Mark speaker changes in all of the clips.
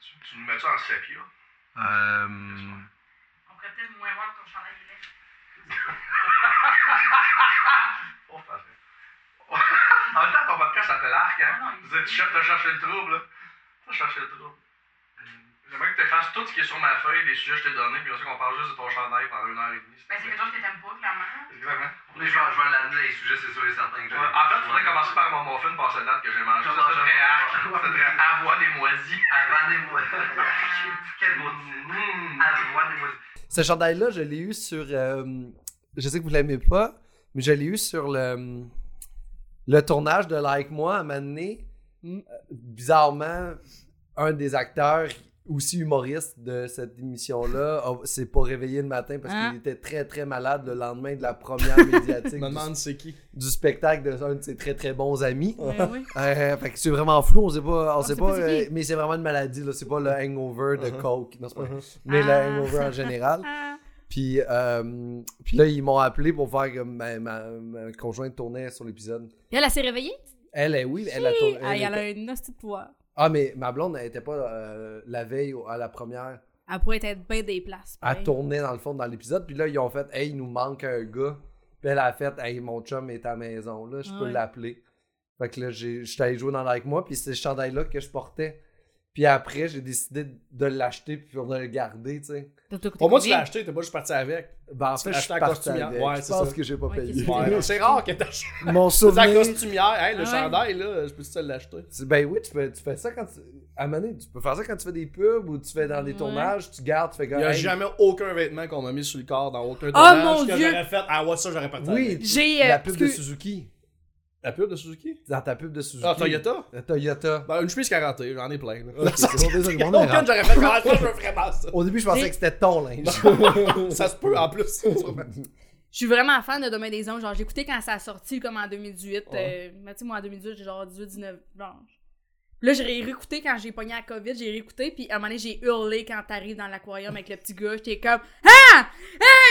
Speaker 1: Tu, tu nous mets ça en
Speaker 2: Euh,
Speaker 1: sépia?
Speaker 3: On pourrait peut-être moins voir ton chandail est laid.
Speaker 1: Oh, ça fait- en même temps, ton podcast s'appelle Arc, hein?
Speaker 3: Ah non, il-
Speaker 1: Vous êtes- tu cherches- t'as cherché le trouble, là. T'as cherché le trouble. Euh, J'aimerais que tu fasses tout ce qui est sur ma feuille, les sujets que je t'ai donnés, puis ensuite qu'on parle juste de ton chandail pendant une heure et demie. s'il te
Speaker 3: Ben, c'est
Speaker 1: plaît.
Speaker 3: quelque chose que t'aimes pas, clairement.
Speaker 1: Exactement.
Speaker 4: Mais je vais, je vais l'amener les sujets, c'est sûr et certain que
Speaker 1: Ouais, En fait, il faudrait commencer par mon muffin de passe date que j'ai mangé. Ça, c'est très arc. C'est très avoir des moisis.
Speaker 4: Avant des mois. Quel beau titre.
Speaker 1: Mm.
Speaker 4: Avant des mois.
Speaker 5: Ce chandail-là, je l'ai eu sur. euh, je sais que vous l'aimez pas, mais je l'ai eu sur le, le tournage de Like Moi à un moment donné.
Speaker 6: Mm.
Speaker 5: Euh, Bizarrement, un des acteurs aussi humoriste de cette émission-là a- s'est pas réveillé le matin parce
Speaker 7: Hein?
Speaker 5: qu'il était très très malade le lendemain de la première médiatique
Speaker 6: Ah. me
Speaker 5: du,
Speaker 6: demande c'est qui.
Speaker 5: du spectacle d'un de ses très très bons amis.
Speaker 7: Ben oui.
Speaker 5: Euh, fait que c'est vraiment flou, on sait pas, on sait
Speaker 7: sait
Speaker 5: pas,
Speaker 7: pas c'est
Speaker 5: euh,
Speaker 7: qui.
Speaker 5: mais c'est vraiment une maladie, là, c'est pas le hangover de
Speaker 6: Uh-huh.
Speaker 5: coke, non, c'est pas vrai. mais
Speaker 7: Ah.
Speaker 5: le hangover en général.
Speaker 7: Ah.
Speaker 5: Puis, euh, puis là, ils m'ont appelé pour faire que ma, ma- ma conjointe tournait sur l'épisode.
Speaker 7: Et elle, elle s'est réveillée?
Speaker 5: Elle, elle, oui, elle a tourné.
Speaker 7: Ah,
Speaker 5: elle
Speaker 7: elle a
Speaker 5: était-
Speaker 7: un hostie de pouvoir.
Speaker 5: Ah, mais ma blonde, elle était pas euh, la veille ou à la première.
Speaker 7: Elle pourrait être bien des places.
Speaker 5: Elle
Speaker 7: pareil.
Speaker 5: tournait dans le fond dans l'épisode. Puis là, ils ont fait Hey, il nous manque un gars. Puis elle a fait Hey, mon chum est à la maison, là, je peux
Speaker 7: Ouais.
Speaker 5: l'appeler. Fait que là, j'ai- j'étais allé jouer dans avec moi. Puis c'est ce chandail-là que je portais. Puis après, j'ai décidé de l'acheter puis de le garder, tu sais.
Speaker 7: Ça t'a coûté
Speaker 6: Pour moi, tu
Speaker 7: combien?
Speaker 6: l'as acheté, t'es pas juste parti avec.
Speaker 5: Ben, en
Speaker 6: Tu
Speaker 5: fait,
Speaker 6: l'as
Speaker 5: je suis
Speaker 6: acheté à
Speaker 5: parti
Speaker 6: costumière.
Speaker 5: avec.
Speaker 6: Ouais,
Speaker 5: Je
Speaker 6: c'est
Speaker 5: pense
Speaker 6: ça.
Speaker 5: que j'ai pas
Speaker 7: Ouais,
Speaker 5: payé.
Speaker 7: qu'est-ce que
Speaker 6: Ouais, c'est rare que t'achètes.
Speaker 5: Mon
Speaker 6: C'est la
Speaker 5: souvenir...
Speaker 6: costumière. Hey, le
Speaker 7: Ah ouais.
Speaker 6: chandail, là, je peux-tu te l'acheter?
Speaker 5: Tu- Ben oui, tu, peux- tu fais ça quand tu. À un moment donné, tu peux faire ça quand tu fais des pubs ou tu fais dans des
Speaker 7: Ouais.
Speaker 5: tournages, tu gardes, tu fais
Speaker 6: Il
Speaker 5: comme.
Speaker 6: n'y a
Speaker 5: hey,
Speaker 6: jamais aucun vêtement qu'on m'a mis sur le corps dans aucun
Speaker 7: mon
Speaker 6: que
Speaker 7: Dieu!
Speaker 6: j'aurais fait. Ah ouais, ça, j'aurais parti
Speaker 5: Oui,
Speaker 6: avec.
Speaker 7: J'ai.
Speaker 5: la
Speaker 7: euh,
Speaker 5: pub de
Speaker 7: excuse-
Speaker 5: Suzuki.
Speaker 6: La pub de Suzuki?
Speaker 5: Dans ta pub de Suzuki.
Speaker 6: Ah, Toyota? Ah,
Speaker 5: La Toyota.
Speaker 6: Ben, une chemise 41, j'en ai plein. là.
Speaker 5: Ok, c'est bon, désolé,
Speaker 6: Il y en
Speaker 5: on est
Speaker 6: a aucune,
Speaker 5: rendu-
Speaker 6: j'aurais fait comment ça, je veux vraiment ça.
Speaker 5: Au début, je pensais
Speaker 7: J'ai-
Speaker 5: que c'était ton linge.
Speaker 6: ça se peut en plus.
Speaker 7: Je suis vraiment fan de Demain des Anges. Genre, j'ai écouté quand ça a sorti, comme en 2018.
Speaker 6: Ouais.
Speaker 7: euh, mais tu sais, moi, en 2018, j'ai genre 18, 19 ans. Là, j'ai réécouté quand j'ai pogné la COVID, j'ai réécouté, puis à un moment donné, j'ai hurlé quand t'arrives dans l'aquarium avec le petit gars. J'étais comme Ah! Ah!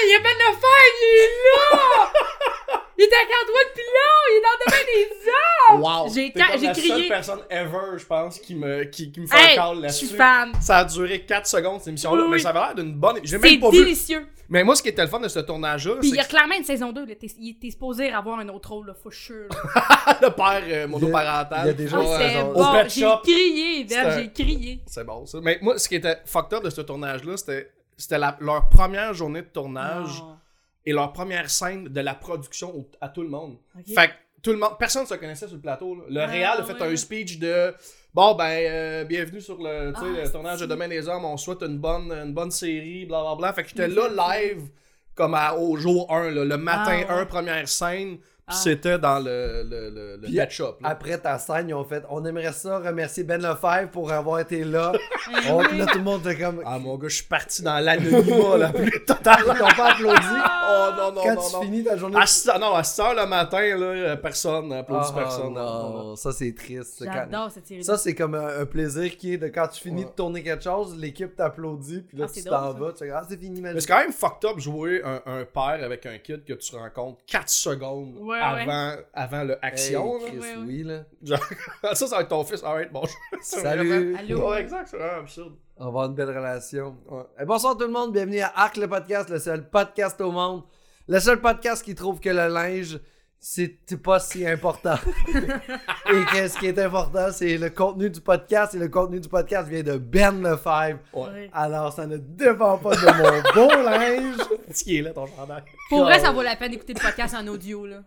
Speaker 7: Il y a pas de affaire, il est là! il est à toi depuis là! Il est dans Demain des Anges!
Speaker 6: Wow!
Speaker 7: J'ai
Speaker 6: T'es
Speaker 7: ca-
Speaker 6: comme
Speaker 7: j'ai
Speaker 6: la seule
Speaker 7: crié.
Speaker 6: personne ever, je pense, qui me, qui, qui me fait
Speaker 7: Hey!
Speaker 6: un call
Speaker 7: Je suis
Speaker 6: là-dessus.
Speaker 7: fan!
Speaker 6: Ça a duré 4 secondes cette émission-là,
Speaker 7: Oui,
Speaker 6: mais
Speaker 7: oui.
Speaker 6: ça avait l'air d'une bonne. J'ai
Speaker 7: C'est
Speaker 6: même pas vu.
Speaker 7: délicieux!
Speaker 6: Mais moi, ce qui était le fun de ce tournage-là,
Speaker 7: Puis
Speaker 6: c'est
Speaker 7: il y a
Speaker 6: que
Speaker 7: clairement une saison 2, là. T'es- Il était supposé avoir un autre rôle, là, for sure. là.
Speaker 6: le père euh,
Speaker 5: Il y a
Speaker 6: monoparental.
Speaker 5: des gens-
Speaker 7: Ah,
Speaker 5: Ouais,
Speaker 7: c'est
Speaker 5: genre,
Speaker 6: au
Speaker 7: bon!
Speaker 6: pet
Speaker 7: J'ai
Speaker 6: shop.
Speaker 7: crié,
Speaker 6: C'est
Speaker 7: Ben,
Speaker 6: un-
Speaker 7: j'ai crié.
Speaker 6: C'est bon ça. Mais moi, ce qui était fucked up de ce tournage-là, c'était. C'était la- leur première journée de tournage
Speaker 7: Non.
Speaker 6: et leur première scène de la production au- à tout le monde.
Speaker 7: Ok.
Speaker 6: Fait que tout le monde, personne se connaissait sur le plateau. là. Le
Speaker 7: Ah,
Speaker 6: Réal a fait
Speaker 7: ouais.
Speaker 6: un speech de Bon, ben, euh, bienvenue sur le, tu sais,
Speaker 7: Ah,
Speaker 6: le tournage de
Speaker 7: si.
Speaker 6: Demain des Hommes. On souhaite une bonne, une bonne série, blablabla. Fait que j'étais là live, comme à- au jour 1, là, le matin
Speaker 7: Ah, ouais.
Speaker 6: 1, première scène. Puis
Speaker 7: Ah.
Speaker 6: c'était dans le, le, le, le
Speaker 5: Puis
Speaker 6: pet shop. là.
Speaker 5: Après ta scène, ils ont fait On aimerait ça remercier Ben Lefebvre pour avoir été là.
Speaker 7: Ah,
Speaker 5: On, puis là, tout le monde était comme.
Speaker 6: Ah, mon gars, je suis parti dans l'anonymat la plus totale.
Speaker 5: Ils t'ont pas applaudi.
Speaker 7: Ah!
Speaker 6: Oh non, non,
Speaker 5: Quand
Speaker 6: non, Ah,
Speaker 5: tu
Speaker 6: non.
Speaker 5: finis ta journée.
Speaker 6: À 6 heures- non, à 6 heures le matin, là, euh, personne, applaudit
Speaker 5: Ah,
Speaker 6: personne.
Speaker 5: non, ça c'est triste. ça, quand-
Speaker 7: J'adore cette série.
Speaker 5: Ça, c'est comme un, un plaisir qui est de quand tu finis
Speaker 6: Ouais.
Speaker 5: de tourner quelque chose, l'équipe t'applaudit, puis là,
Speaker 7: Ah,
Speaker 5: tu
Speaker 7: c'est
Speaker 5: t'en
Speaker 7: drôle, ça.
Speaker 5: vas, tu fais Ah, c'est fini, man.
Speaker 6: Mais c'est quand même fucked up jouer un, un père avec un kid que tu rencontres 4 secondes
Speaker 7: Ouais, ouais.
Speaker 6: avant, avant le action.
Speaker 5: Hey, Chris,
Speaker 7: Ouais, ouais.
Speaker 5: oui, là.
Speaker 6: là. Ça, ça va être ton fils. Alright, bon. c'est
Speaker 5: Salut.
Speaker 6: vraiment-
Speaker 7: Allô?
Speaker 6: Ouais, exact, c'est vraiment absurde.
Speaker 5: On va avoir une belle relation. Ouais. Et bonsoir tout le monde, bienvenue à Arc le podcast, le seul podcast au monde. Le seul podcast qui trouve que le linge, c'est c'est pas si important. et que ce qui est important, c'est le contenu du podcast. Et le contenu du podcast vient de Ben Lefebvre.
Speaker 7: Ouais.
Speaker 5: Alors, ça ne dépend pas de mon beau linge
Speaker 6: Est-ce qu'il est là, ton chandail?
Speaker 7: Pour vrai,
Speaker 6: Ah,
Speaker 7: ça vaut la peine d'écouter le podcast en audio, là.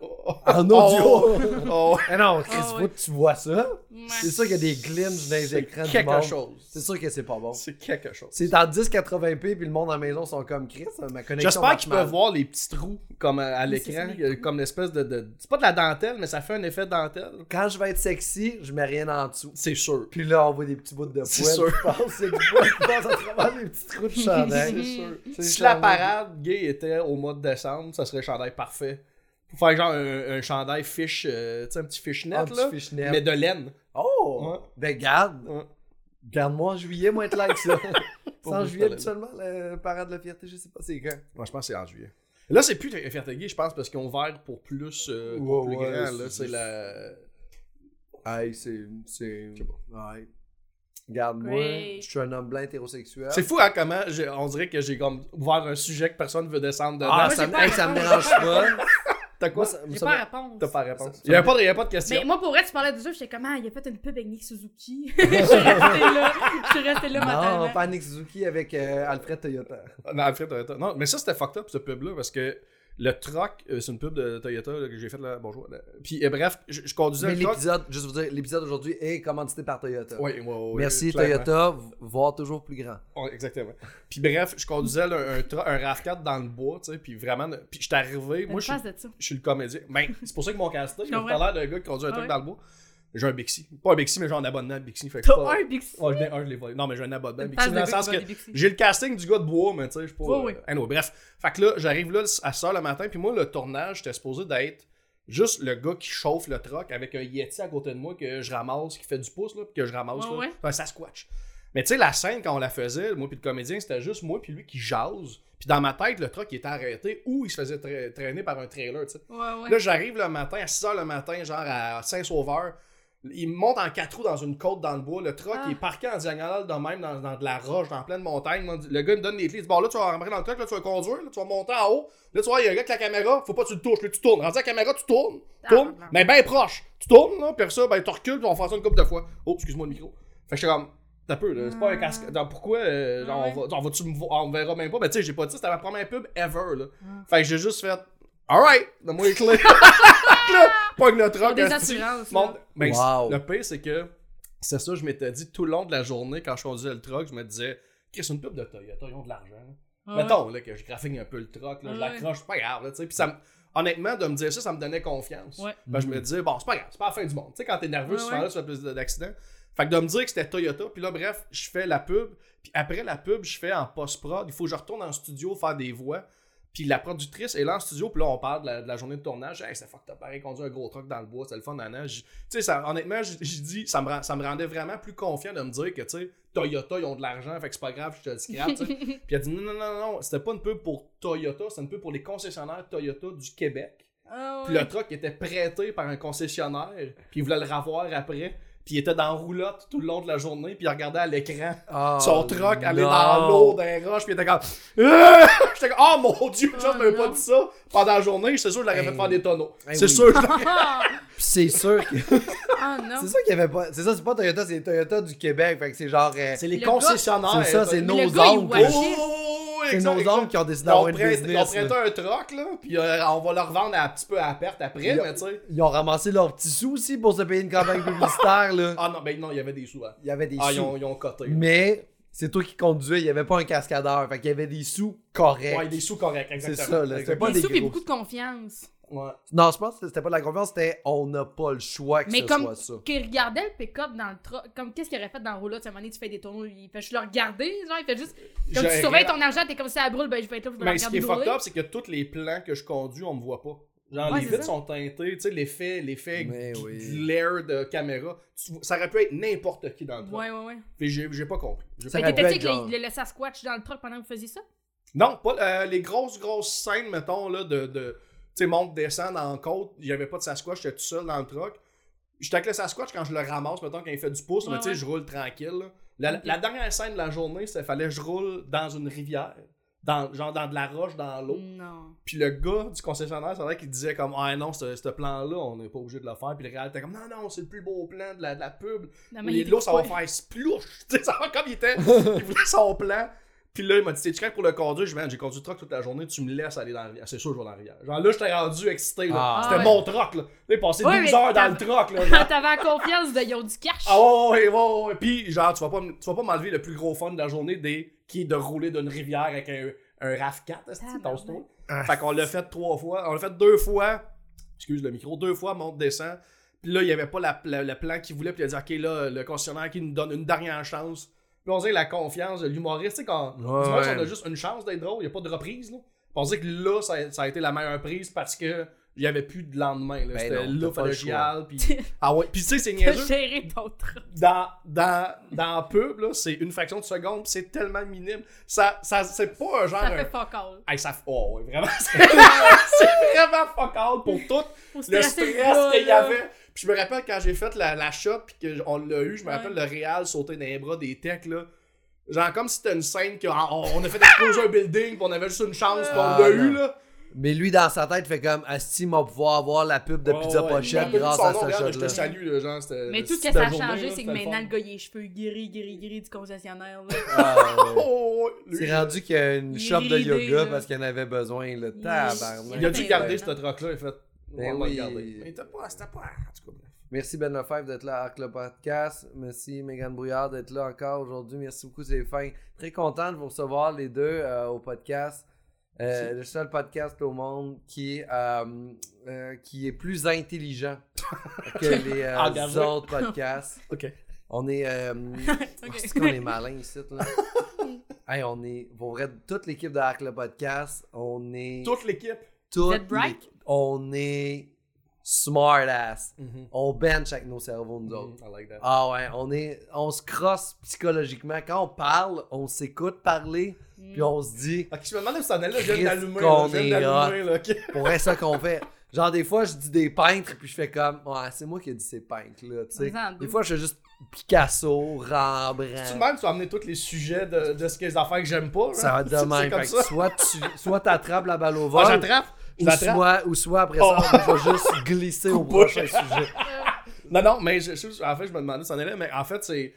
Speaker 5: en audio.
Speaker 6: Oh,
Speaker 5: Mais non, Chris,
Speaker 7: Ah ouais.
Speaker 5: faut que tu vois ça.
Speaker 7: Ouais.
Speaker 5: C'est sûr qu'il y a des glimpses dans les
Speaker 6: c'est
Speaker 5: écrans du
Speaker 6: quelque
Speaker 5: monde.
Speaker 6: chose.
Speaker 5: C'est sûr que c'est pas bon.
Speaker 6: C'est quelque chose.
Speaker 5: C'est en 1080p, puis le monde à la maison sont comme Chris. hein, Ma connexion
Speaker 6: J'espère qu'ils
Speaker 5: marche
Speaker 6: peuvent voir les petits trous comme à, à
Speaker 7: Oui, c'est
Speaker 6: l'écran,
Speaker 7: ça, les trous.
Speaker 6: comme l'espèce de, de- C'est pas de la dentelle, mais ça fait un effet de dentelle.
Speaker 5: Quand je vais être sexy, je mets rien en dessous.
Speaker 6: C'est sûr.
Speaker 5: Puis là, on voit des petits bouts de poils.
Speaker 6: C'est sûr.
Speaker 5: Je pense c'est du poil qui passe à travers les petits trous de
Speaker 6: C'est
Speaker 5: chandail.
Speaker 6: sûr.
Speaker 5: C'est
Speaker 6: Si la
Speaker 5: charmant.
Speaker 6: parade gay était au mois de décembre, ça serait le chandail parfait. Pour faire genre un, un chandail fish, euh, tu sais, un petit fishnet,
Speaker 5: Ah, Un
Speaker 6: là.
Speaker 5: petit fishnet.
Speaker 6: Mais de laine.
Speaker 5: Oh!
Speaker 6: Ouais.
Speaker 5: Ben, garde.
Speaker 6: Ouais.
Speaker 5: Garde-moi en juillet, moins de likes, ça.
Speaker 6: Pour
Speaker 5: Sans
Speaker 6: vous,
Speaker 5: juillet,
Speaker 6: Stalin.
Speaker 5: habituellement, le parade de la fierté, je sais pas c'est quand.
Speaker 6: Moi, je pense que c'est en juillet. Là, c'est plus la fierté gay, je pense, parce qu'ils ont ouvert pour plus, euh, pour
Speaker 5: Ouais,
Speaker 6: plus
Speaker 5: ouais,
Speaker 6: grand,
Speaker 5: c'est
Speaker 6: là. C'est
Speaker 5: juste-
Speaker 6: la.
Speaker 5: Hey, c'est. C'est. Ouais. Regarde, moi,
Speaker 7: Great.
Speaker 5: je suis un homme blanc hétérosexuel.
Speaker 6: C'est fou, hein, comment j'ai- on dirait que j'ai comme ouvert un sujet que personne veut descendre dedans.
Speaker 5: Ah,
Speaker 7: Moi,
Speaker 5: ça,
Speaker 7: j'ai
Speaker 5: me-
Speaker 7: pas
Speaker 5: hey, ça me
Speaker 7: répondu.
Speaker 5: dérange pas.
Speaker 6: T'as quoi?
Speaker 5: Moi, ça-
Speaker 7: J'ai
Speaker 5: ça
Speaker 7: pas
Speaker 5: me-
Speaker 7: la réponse.
Speaker 6: T'as pas réponse.
Speaker 5: ça-
Speaker 6: Il y avait pas, de- il y avait pas de question.
Speaker 7: Mais moi, pour vrai, tu parlais de ça, j'étais comme, ah, il a fait une pub avec Nick Suzuki. je suis restée là. Je suis restée là, mentalement.
Speaker 5: Non, pas Nick Suzuki avec euh, Alfred Toyota.
Speaker 6: Non, Alfred Toyota. Non, mais ça, c'était fucked up, ce pub-là, parce que le truck, euh, c'est une pub de Toyota là, que j'ai faite là. Bonjour. là. Puis, euh, bref, je, je conduisais
Speaker 5: Mais
Speaker 6: le truck.
Speaker 5: l'épisode, juste vous dire, l'épisode d'aujourd'hui est commandité par Toyota.
Speaker 6: Ouais, ouais, ouais,
Speaker 5: Merci
Speaker 6: clairement.
Speaker 5: Toyota, v- voir toujours plus grand.
Speaker 6: Ouais, exactement. Puis, bref, je conduisais là, un, tra- un RAV4 dans le bois, tu sais, puis vraiment. Puis, j'étais arrivé.
Speaker 7: Une
Speaker 6: Moi, je suis
Speaker 7: face de ça.
Speaker 6: je suis le comédien. Ben, c'est pour ça que mon casting,
Speaker 7: Je
Speaker 6: tout à
Speaker 7: comprends.
Speaker 6: l'heure, le gars qui conduit un
Speaker 7: Ah
Speaker 6: truc
Speaker 7: ouais.
Speaker 6: dans le bois, j'ai un Bixi. Pas un Bixi, mais j'ai un abonnement à Bixi. Fait que
Speaker 7: T'as
Speaker 6: pas-
Speaker 7: un Bixi.
Speaker 6: Ouais, j'en ai un, je l'ai volé. Non, mais j'ai un abonnement à
Speaker 7: Une
Speaker 6: Bixi.
Speaker 7: face de
Speaker 6: Dans le
Speaker 7: gars
Speaker 6: sens
Speaker 7: qui
Speaker 6: que
Speaker 7: vole des Bixi.
Speaker 6: j'ai le casting du gars de bois, mais tu sais, je suis pas.
Speaker 7: Oui, oui.
Speaker 6: euh, anyway, bref. Fait que là, j'arrive là à ça le matin, puis moi, le tournage, j'étais supposé d'être juste le gars qui chauffe le truck avec un Yeti à côté de moi que je ramasse, qui fait du pouce, là, puis que je ramasse.
Speaker 7: Ouais,
Speaker 6: là.
Speaker 7: ouais.
Speaker 6: Enfin, ça squatch. Mais tu sais, la scène, quand on la faisait, moi puis le comédien, c'était juste moi puis lui qui jase. Puis dans ma tête, le truck, il était arrêté ou il se faisait tra- traîner par un trailer, tu sais.
Speaker 7: Ouais, ouais.
Speaker 6: Là, j'arrive le matin, à 6h le matin, genre à Saint-Sauveur. Il monte en quatre roues dans une côte dans le bois. Le truck
Speaker 7: Ah.
Speaker 6: il est parqué en diagonale de même dans, dans de la roche, dans pleine montagne. Moi, Le gars il me donne les clés. Il dit Bon, là, tu vas rentrer dans le truck, là, tu vas conduire, là, tu vas monter en haut. Là, tu vois, il y a un gars avec la caméra. Faut pas que tu le touches. Là, tu tournes. Rendu à la caméra, tu tournes.
Speaker 7: Ah,
Speaker 6: Tourne.
Speaker 7: non.
Speaker 6: Mais ben proche. Tu tournes, là. Puis ça, ben, tu recules, puis on va faire ça une couple de fois. Oh, excuse-moi le micro. Fait que j'étais comme. T'as peu, là. C'est pas un casque. Genre, pourquoi euh, genre,
Speaker 7: Ah ouais.
Speaker 6: on, va, on, va-tu me voir? on me verra même pas. Mais tu sais, j'ai pas dit, c'était ma première pub ever, là.
Speaker 7: Ah.
Speaker 6: Fait que j'ai juste fait. Alright, donne-moi les clés. là, pogne le truck.
Speaker 7: des
Speaker 6: asti.
Speaker 7: assurances,
Speaker 6: Monte-
Speaker 7: là.
Speaker 6: Ben,
Speaker 5: Wow.
Speaker 6: Le pire, c'est que c'est ça, je m'étais dit tout le long de la journée, quand je conduisais le truck, je me disais, Chris, une pub de Toyota, ils ont de l'argent.
Speaker 7: Ouais,
Speaker 6: Mettons là, que je graphigne un peu le truck, là, je
Speaker 7: Ouais.
Speaker 6: l'accroche, c'est pas grave. là, tu sais. Puis ça me- honnêtement, de me dire ça, ça me donnait confiance.
Speaker 7: Ouais.
Speaker 6: Ben, je me disais, bon, c'est pas grave, c'est pas la fin du monde. Tu sais, quand t'es nerveux,
Speaker 7: Ouais,
Speaker 6: souvent là,
Speaker 7: ouais.
Speaker 6: tu fais plus d'accidents. Fait que de me dire que c'était Toyota, puis là, bref, je fais la pub. Puis après la pub, je fais en post-prod. Il faut que je retourne en studio faire des voix. Puis la productrice est là en studio, puis là, on parle de la, de la journée de tournage. Hey, c'est fucked up, pareil, conduit un gros truck dans le bois, c'est le fun, nanan. J- Tu sais, ça- honnêtement, je je dis, ça me, rend- ça me rendait vraiment plus confiant de me dire que, tu sais, Toyota, ils ont de l'argent, fait que c'est pas grave, je te le scrap, tu sais. Puis elle dit, non, non, non, non, c'était pas une pub pour Toyota, c'était une pub pour les concessionnaires Toyota du Québec.
Speaker 7: Ah,
Speaker 6: Puis
Speaker 7: ouais.
Speaker 6: le truck était prêté par un concessionnaire, puis il voulait le revoir après. Puis il était dans la roulotte tout le long de la journée, puis il regardait à l'écran
Speaker 5: Oh,
Speaker 6: son truck allait
Speaker 5: non.
Speaker 6: dans l'eau, ben- dans les roches, puis il était comme. Ah! J'étais comme, oh mon dieu,
Speaker 7: Oh
Speaker 6: genre, je m'avais pas
Speaker 7: non.
Speaker 6: dit ça pendant la journée, j'étais sûr que je l'aurais
Speaker 5: Hey.
Speaker 6: fait faire des tonneaux.
Speaker 5: Hey,
Speaker 6: c'est
Speaker 5: oui.
Speaker 6: sûr, je l'aurais-
Speaker 7: Ah
Speaker 5: Puis c'est sûr que.
Speaker 7: Ah, non.
Speaker 5: C'est sûr qu'il y avait pas. C'est ça, c'est pas Toyota, c'est Toyota du Québec. Fait que c'est genre. euh,
Speaker 6: C'est les
Speaker 7: Le gars-
Speaker 6: concessionnaires.
Speaker 5: C'est ça, c'est
Speaker 6: Oh,
Speaker 5: nos
Speaker 7: le gars, il
Speaker 5: oncles.
Speaker 7: washait.
Speaker 6: oh, oh,
Speaker 5: C'est
Speaker 6: exact,
Speaker 5: nos
Speaker 6: exact.
Speaker 5: oncles qui ont décidé
Speaker 6: Ils ont
Speaker 5: d'avoir une
Speaker 6: prêté- ils ont
Speaker 5: business.
Speaker 6: prêté
Speaker 5: là.
Speaker 6: un truck, là, puis euh, on va le revendre à- un petit peu à perte après,
Speaker 5: Ils ont-
Speaker 6: mais tu sais.
Speaker 5: Ils ont ramassé leurs petits sous aussi pour se payer une campagne publicitaire, là.
Speaker 6: Ah non, ben non, il y avait des sous. hein.
Speaker 5: Il y avait des
Speaker 6: Ah, ils
Speaker 5: sous.
Speaker 6: ont, ils ont coté. là.
Speaker 5: Mais c'est toi qui conduisais, il y avait pas un cascadeur. Fait qu'il y avait des sous corrects.
Speaker 6: Ouais, des sous corrects,
Speaker 5: C'est
Speaker 6: exactement.
Speaker 5: ça, là. C'était pas
Speaker 7: Des
Speaker 5: des
Speaker 7: sous, puis
Speaker 5: gros.
Speaker 7: beaucoup de confiance.
Speaker 6: Ouais.
Speaker 5: Non, je pense que c'était pas de la confiance, c'était on n'a pas le choix que
Speaker 7: Mais
Speaker 5: ce
Speaker 7: comme-
Speaker 5: soit ça.
Speaker 7: Qu'il regardait le pick-up dans le truck. Comme qu'est-ce qu'il aurait fait dans le roulotte? À un moment donné, tu fais des tournois. Il fait juste le regarder. Genre, il fait juste. Comme
Speaker 6: J'ai-
Speaker 7: tu surveilles ton argent, t'es comme ça à brûle, ben je vais être là pour
Speaker 6: Mais ce qui est fucked
Speaker 7: brûler.
Speaker 6: up, c'est que tous les plans que je conduis, on me voit pas. Genre,
Speaker 7: Ouais,
Speaker 6: les
Speaker 7: c'est
Speaker 6: vitres
Speaker 7: ça.
Speaker 6: sont teintées, tu sais, l'effet, l'effet
Speaker 5: Mais
Speaker 6: du-
Speaker 5: oui.
Speaker 6: du l'air de caméra. Tu vois- ça aurait pu être n'importe qui dans le truc.
Speaker 7: Ouais, ouais, ouais.
Speaker 6: Puis j'ai j'ai pas compris. J'ai
Speaker 5: Ça
Speaker 6: pas-
Speaker 7: Mais
Speaker 5: aurait pu
Speaker 7: t'étais-tu
Speaker 5: être
Speaker 7: que
Speaker 5: genre-
Speaker 7: le- le laissé à squatch dans le truck pendant que vous faisiez ça?
Speaker 6: Non, pas euh, les grosses, grosses scènes, mettons, là, de. de tu sais, monte, descend dans la côte. Il y avait pas de Sasquatch, j'étais tout seul dans le truck. J'étais avec le Sasquatch quand je le ramasse, mettons, quand il fait du pouce,
Speaker 7: Ouais,
Speaker 6: mais tu sais,
Speaker 7: ouais.
Speaker 6: je roule tranquille. là. La,
Speaker 7: Ok.
Speaker 6: la dernière scène de la journée, c'était fallait que je roule dans une rivière. Dans, genre dans de la roche, dans l'eau.
Speaker 7: Non.
Speaker 6: Puis le gars du concessionnaire, c'est vrai qu'il disait comme Ah non, ce, ce plan-là, on n'est pas obligé de le faire. Puis le réal était comme Non, non, c'est le plus beau plan de la, de la pub.
Speaker 7: Non, mais il
Speaker 6: Les
Speaker 7: était
Speaker 6: là, ça va
Speaker 7: pas-
Speaker 6: faire splouche. Tu sais, ça va comme il était. il voulait son plan. Puis là, il m'a dit T'es correct pour le conduire Je dis, Man, J'ai conduit le truck toute la journée, tu me laisses aller dans la rivière. C'est sûr, que je vais dans la rivière. Genre là, j'étais rendu excité. là.
Speaker 5: Ah.
Speaker 6: C'était
Speaker 7: Ah ouais.
Speaker 6: mon truck. là. J'ai passé
Speaker 7: Ouais,
Speaker 6: 12
Speaker 7: mais
Speaker 6: heures dans
Speaker 7: t'as-
Speaker 6: le truck. Là,
Speaker 7: Quand
Speaker 6: genre.
Speaker 7: t'avais la confiance de ils ont du cash.
Speaker 6: Ah ouais, ouais, ouais, ouais. Puis genre, tu vas pas, m- tu vas pas m'enlever le plus gros fun de la journée des, qui est de rouler d'une rivière avec un, un RAV4. esti,
Speaker 7: Ah,
Speaker 6: tasse-toi.
Speaker 7: merde.
Speaker 5: Ah.
Speaker 6: Fait qu'on l'a fait trois fois. On l'a fait deux fois. Excuse le micro. Deux fois, monte, descend. Puis là, il y avait pas la, la- le plan qu'il voulait. Puis il a dit, OK, là, le concessionnaire qui nous donne une dernière chance. Puis on dirait la confiance de l'humoriste. Tu sais, quand
Speaker 5: Ouais,
Speaker 6: l'humoriste,
Speaker 5: ouais.
Speaker 6: on a juste une chance d'être drôle, il n'y a pas de reprise. Là. Puis On dirait que là, ça, a- ça a été la meilleure prise parce que il n'y avait plus de lendemain. Là.
Speaker 5: Ben
Speaker 6: C'était
Speaker 5: non,
Speaker 6: là,
Speaker 5: t'as pas
Speaker 6: fallait
Speaker 5: le
Speaker 6: que j'y aille, Puis... Ah ouais. Puis tu sais, c'est
Speaker 7: T'as
Speaker 6: niaiseux
Speaker 7: géré ton truck.
Speaker 6: dans, dans, dans la pub, là, c'est une fraction de seconde, pis c'est tellement minime. Ça, ça, c'est pas un genre.
Speaker 7: Ça
Speaker 6: un-
Speaker 7: fait fuck all.
Speaker 6: Hey, ça... Oh, ouais, vraiment, c'est c'est vraiment fuck all pour tout
Speaker 7: Faut
Speaker 6: le
Speaker 7: stresser
Speaker 6: stress
Speaker 7: gars,
Speaker 6: qu'il y
Speaker 7: là.
Speaker 6: avait. Puis je me rappelle quand j'ai fait la, la shot, puis qu'on l'a eu, je me
Speaker 7: Ouais.
Speaker 6: rappelle le réal sauter dans les bras des techs, là. Genre comme si c'était une scène qu'on on a fait exploser un building, puis on avait juste une chance, puis on
Speaker 5: Ah,
Speaker 6: l'a
Speaker 5: non.
Speaker 6: eu, là.
Speaker 5: Mais lui, dans sa tête, fait comme Asti m'a pouvoir avoir la pub de
Speaker 6: Ouais,
Speaker 5: Pizza
Speaker 6: ouais,
Speaker 5: Pochette
Speaker 6: il m'a
Speaker 5: grâce
Speaker 6: appelé
Speaker 5: à
Speaker 6: son nom,
Speaker 5: ce
Speaker 6: regarde, Je te
Speaker 5: shot-là.
Speaker 6: salue, là, genre, c'était.
Speaker 7: Mais tout ce
Speaker 6: c'était
Speaker 7: que ça
Speaker 6: la
Speaker 7: a
Speaker 6: journée, là,
Speaker 7: changé, c'est
Speaker 6: c'était
Speaker 7: que maintenant,
Speaker 6: fun.
Speaker 7: le gars, il a les cheveux gris, gris, gris du concessionnaire. Là.
Speaker 5: Ah, ouais.
Speaker 6: Oh, ouais, lui,
Speaker 5: C'est rendu qu'il y a une
Speaker 7: Il est
Speaker 5: shop de
Speaker 7: ridé,
Speaker 5: yoga
Speaker 7: là.
Speaker 5: parce qu'il en avait besoin, le
Speaker 7: Il-
Speaker 5: tabarnak.
Speaker 6: Il a dû
Speaker 7: Ben,
Speaker 6: garder
Speaker 7: ouais.
Speaker 6: ce troc-là, il a fait.
Speaker 5: Ben
Speaker 6: on va le
Speaker 5: oui.
Speaker 6: garder. Mais t'as pas, c'était pas. En tout cas, bref.
Speaker 5: Merci Ben Lefebvre d'être là avec le podcast. Merci Megan Brouillard d'être là encore aujourd'hui. Merci beaucoup, c'est fin. Très content de vous recevoir les deux euh, au podcast. Euh, le seul podcast au monde qui, est, euh, euh, qui est plus intelligent que les euh,
Speaker 6: Engagé.
Speaker 5: autres podcasts.
Speaker 6: Ok.
Speaker 5: On est. euh,
Speaker 7: Ok.
Speaker 5: est-ce qu'on est malin ici, là? Hey, on est. Pour vrai, toute l'équipe de Hack le Podcast, on est.
Speaker 6: Toute l'équipe.
Speaker 5: toute
Speaker 7: êtes bright?
Speaker 5: l'équipe. On est smart ass. On bench avec nos cerveaux, nous autres.
Speaker 6: I like that.
Speaker 5: Ah ouais, on est, on se crosse psychologiquement. Quand on parle, on s'écoute parler,
Speaker 7: Mm.
Speaker 5: puis on se dit,
Speaker 6: Ah, Ok, je me demandais où ça en allait, là, je viens
Speaker 5: Christ
Speaker 6: d'allumer.
Speaker 5: qu'on
Speaker 6: là, Je
Speaker 5: est
Speaker 6: viens d'allumer, là. ok.
Speaker 5: pour être ça qu'on fait. Genre, des fois, je dis des peintres, puis je fais comme, ouais, c'est moi qui ai dit ces peintres-là, tu sais.
Speaker 7: Faisant
Speaker 5: Des
Speaker 7: doute.
Speaker 5: fois, je fais juste Picasso,
Speaker 6: Tu
Speaker 5: Rembrandt.
Speaker 6: même, tu vas amener tous les sujets de, de ce que les affaires que j'aime pas. là.
Speaker 5: Ça va être
Speaker 6: C'est-
Speaker 5: de
Speaker 6: c'est
Speaker 5: même.
Speaker 6: comme
Speaker 5: Fait
Speaker 6: ça.
Speaker 5: que soit tu soit t'attrapes la balle au
Speaker 6: Ah,
Speaker 5: vol,
Speaker 6: j'attrape. Je
Speaker 5: ou,
Speaker 6: l'attrape.
Speaker 5: soit, ou soit après ça,
Speaker 6: Oh.
Speaker 5: on va juste glisser au
Speaker 6: Coupe-bouche.
Speaker 5: prochain sujet.
Speaker 6: Non, non, mais je, je- en fait, je me demandais si ça en allait, mais en fait, c'est.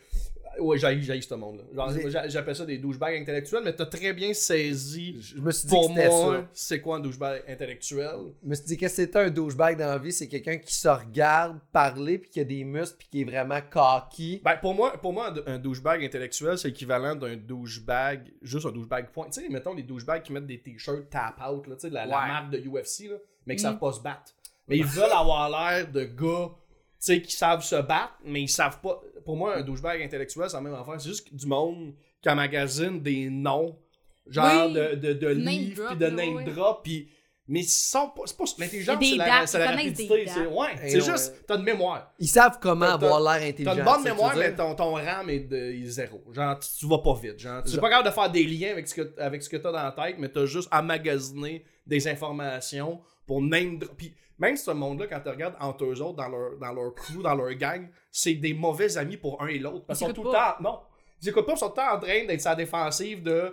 Speaker 6: Ouais, j'haïs j'haïs ce monde-là. Genre,
Speaker 5: J'ai-
Speaker 6: j'a- J'appelle ça des douchebags intellectuels, mais t'as très bien saisi.
Speaker 5: Je me suis dit que
Speaker 6: Pour
Speaker 5: c'était ça.
Speaker 6: moi, c'est quoi un douchebag intellectuel?
Speaker 5: Je me suis dit que c'était un douchebag dans la vie, c'est quelqu'un qui se regarde parler puis qui a des muscles puis qui est vraiment cocky.
Speaker 6: Ben, pour moi, pour moi un dou- un douchebag intellectuel, c'est équivalent d'un douchebag, juste un douchebag point. Tu sais, mettons les douchebags qui mettent des t-shirts tap out, là, tu sais, la, la
Speaker 5: Ouais.
Speaker 6: marque de UFC, là, mais qui
Speaker 7: Mm.
Speaker 6: savent pas se battre. Mais ils veulent avoir l'air de gars, tu sais, qui savent se battre, mais ils savent pas. Pour moi, un douchebag intellectuel, c'est la même affaire. C'est juste du monde qui emmagasine des noms, genre
Speaker 7: Oui.
Speaker 6: de, de, de
Speaker 7: Name
Speaker 6: livres, puis
Speaker 7: drop,
Speaker 6: de
Speaker 7: là,
Speaker 6: name
Speaker 7: ouais.
Speaker 6: drop, puis. Mais ils sont pas. C'est pas l'intelligence,
Speaker 7: Des
Speaker 6: c'est
Speaker 7: dates,
Speaker 6: la, c'est
Speaker 7: ils
Speaker 6: la
Speaker 7: connaissent des
Speaker 6: rapidité. c'est-
Speaker 7: dates.
Speaker 6: Ouais,
Speaker 5: Et
Speaker 6: c'est
Speaker 5: ouais.
Speaker 6: juste, t'as de mémoire.
Speaker 5: Ils savent comment
Speaker 6: T'as-
Speaker 5: avoir l'air
Speaker 6: T'as
Speaker 5: intelligent.
Speaker 6: une bonne
Speaker 5: tu sais,
Speaker 6: mémoire,
Speaker 5: tu veux
Speaker 6: mais
Speaker 5: dire?
Speaker 6: ton, ton RAM est, de, est zéro. Genre, tu, tu vas pas vite. Genre, tu es
Speaker 5: Genre-
Speaker 6: pas capable de faire des liens avec ce que, avec ce que t'as dans la tête, mais t'as juste emmagasiné des informations pour name dro- Puis même ce monde-là, quand tu regardes entre eux autres, dans leur, dans leur crew, dans leur gang, c'est des mauvais amis pour un et l'autre. Parce
Speaker 7: Ils
Speaker 6: qu'ils sont tout le
Speaker 7: s'écoutent
Speaker 6: temps. Non. Ils écoutent pas, ils sont tout le temps en train d'être sa défensive de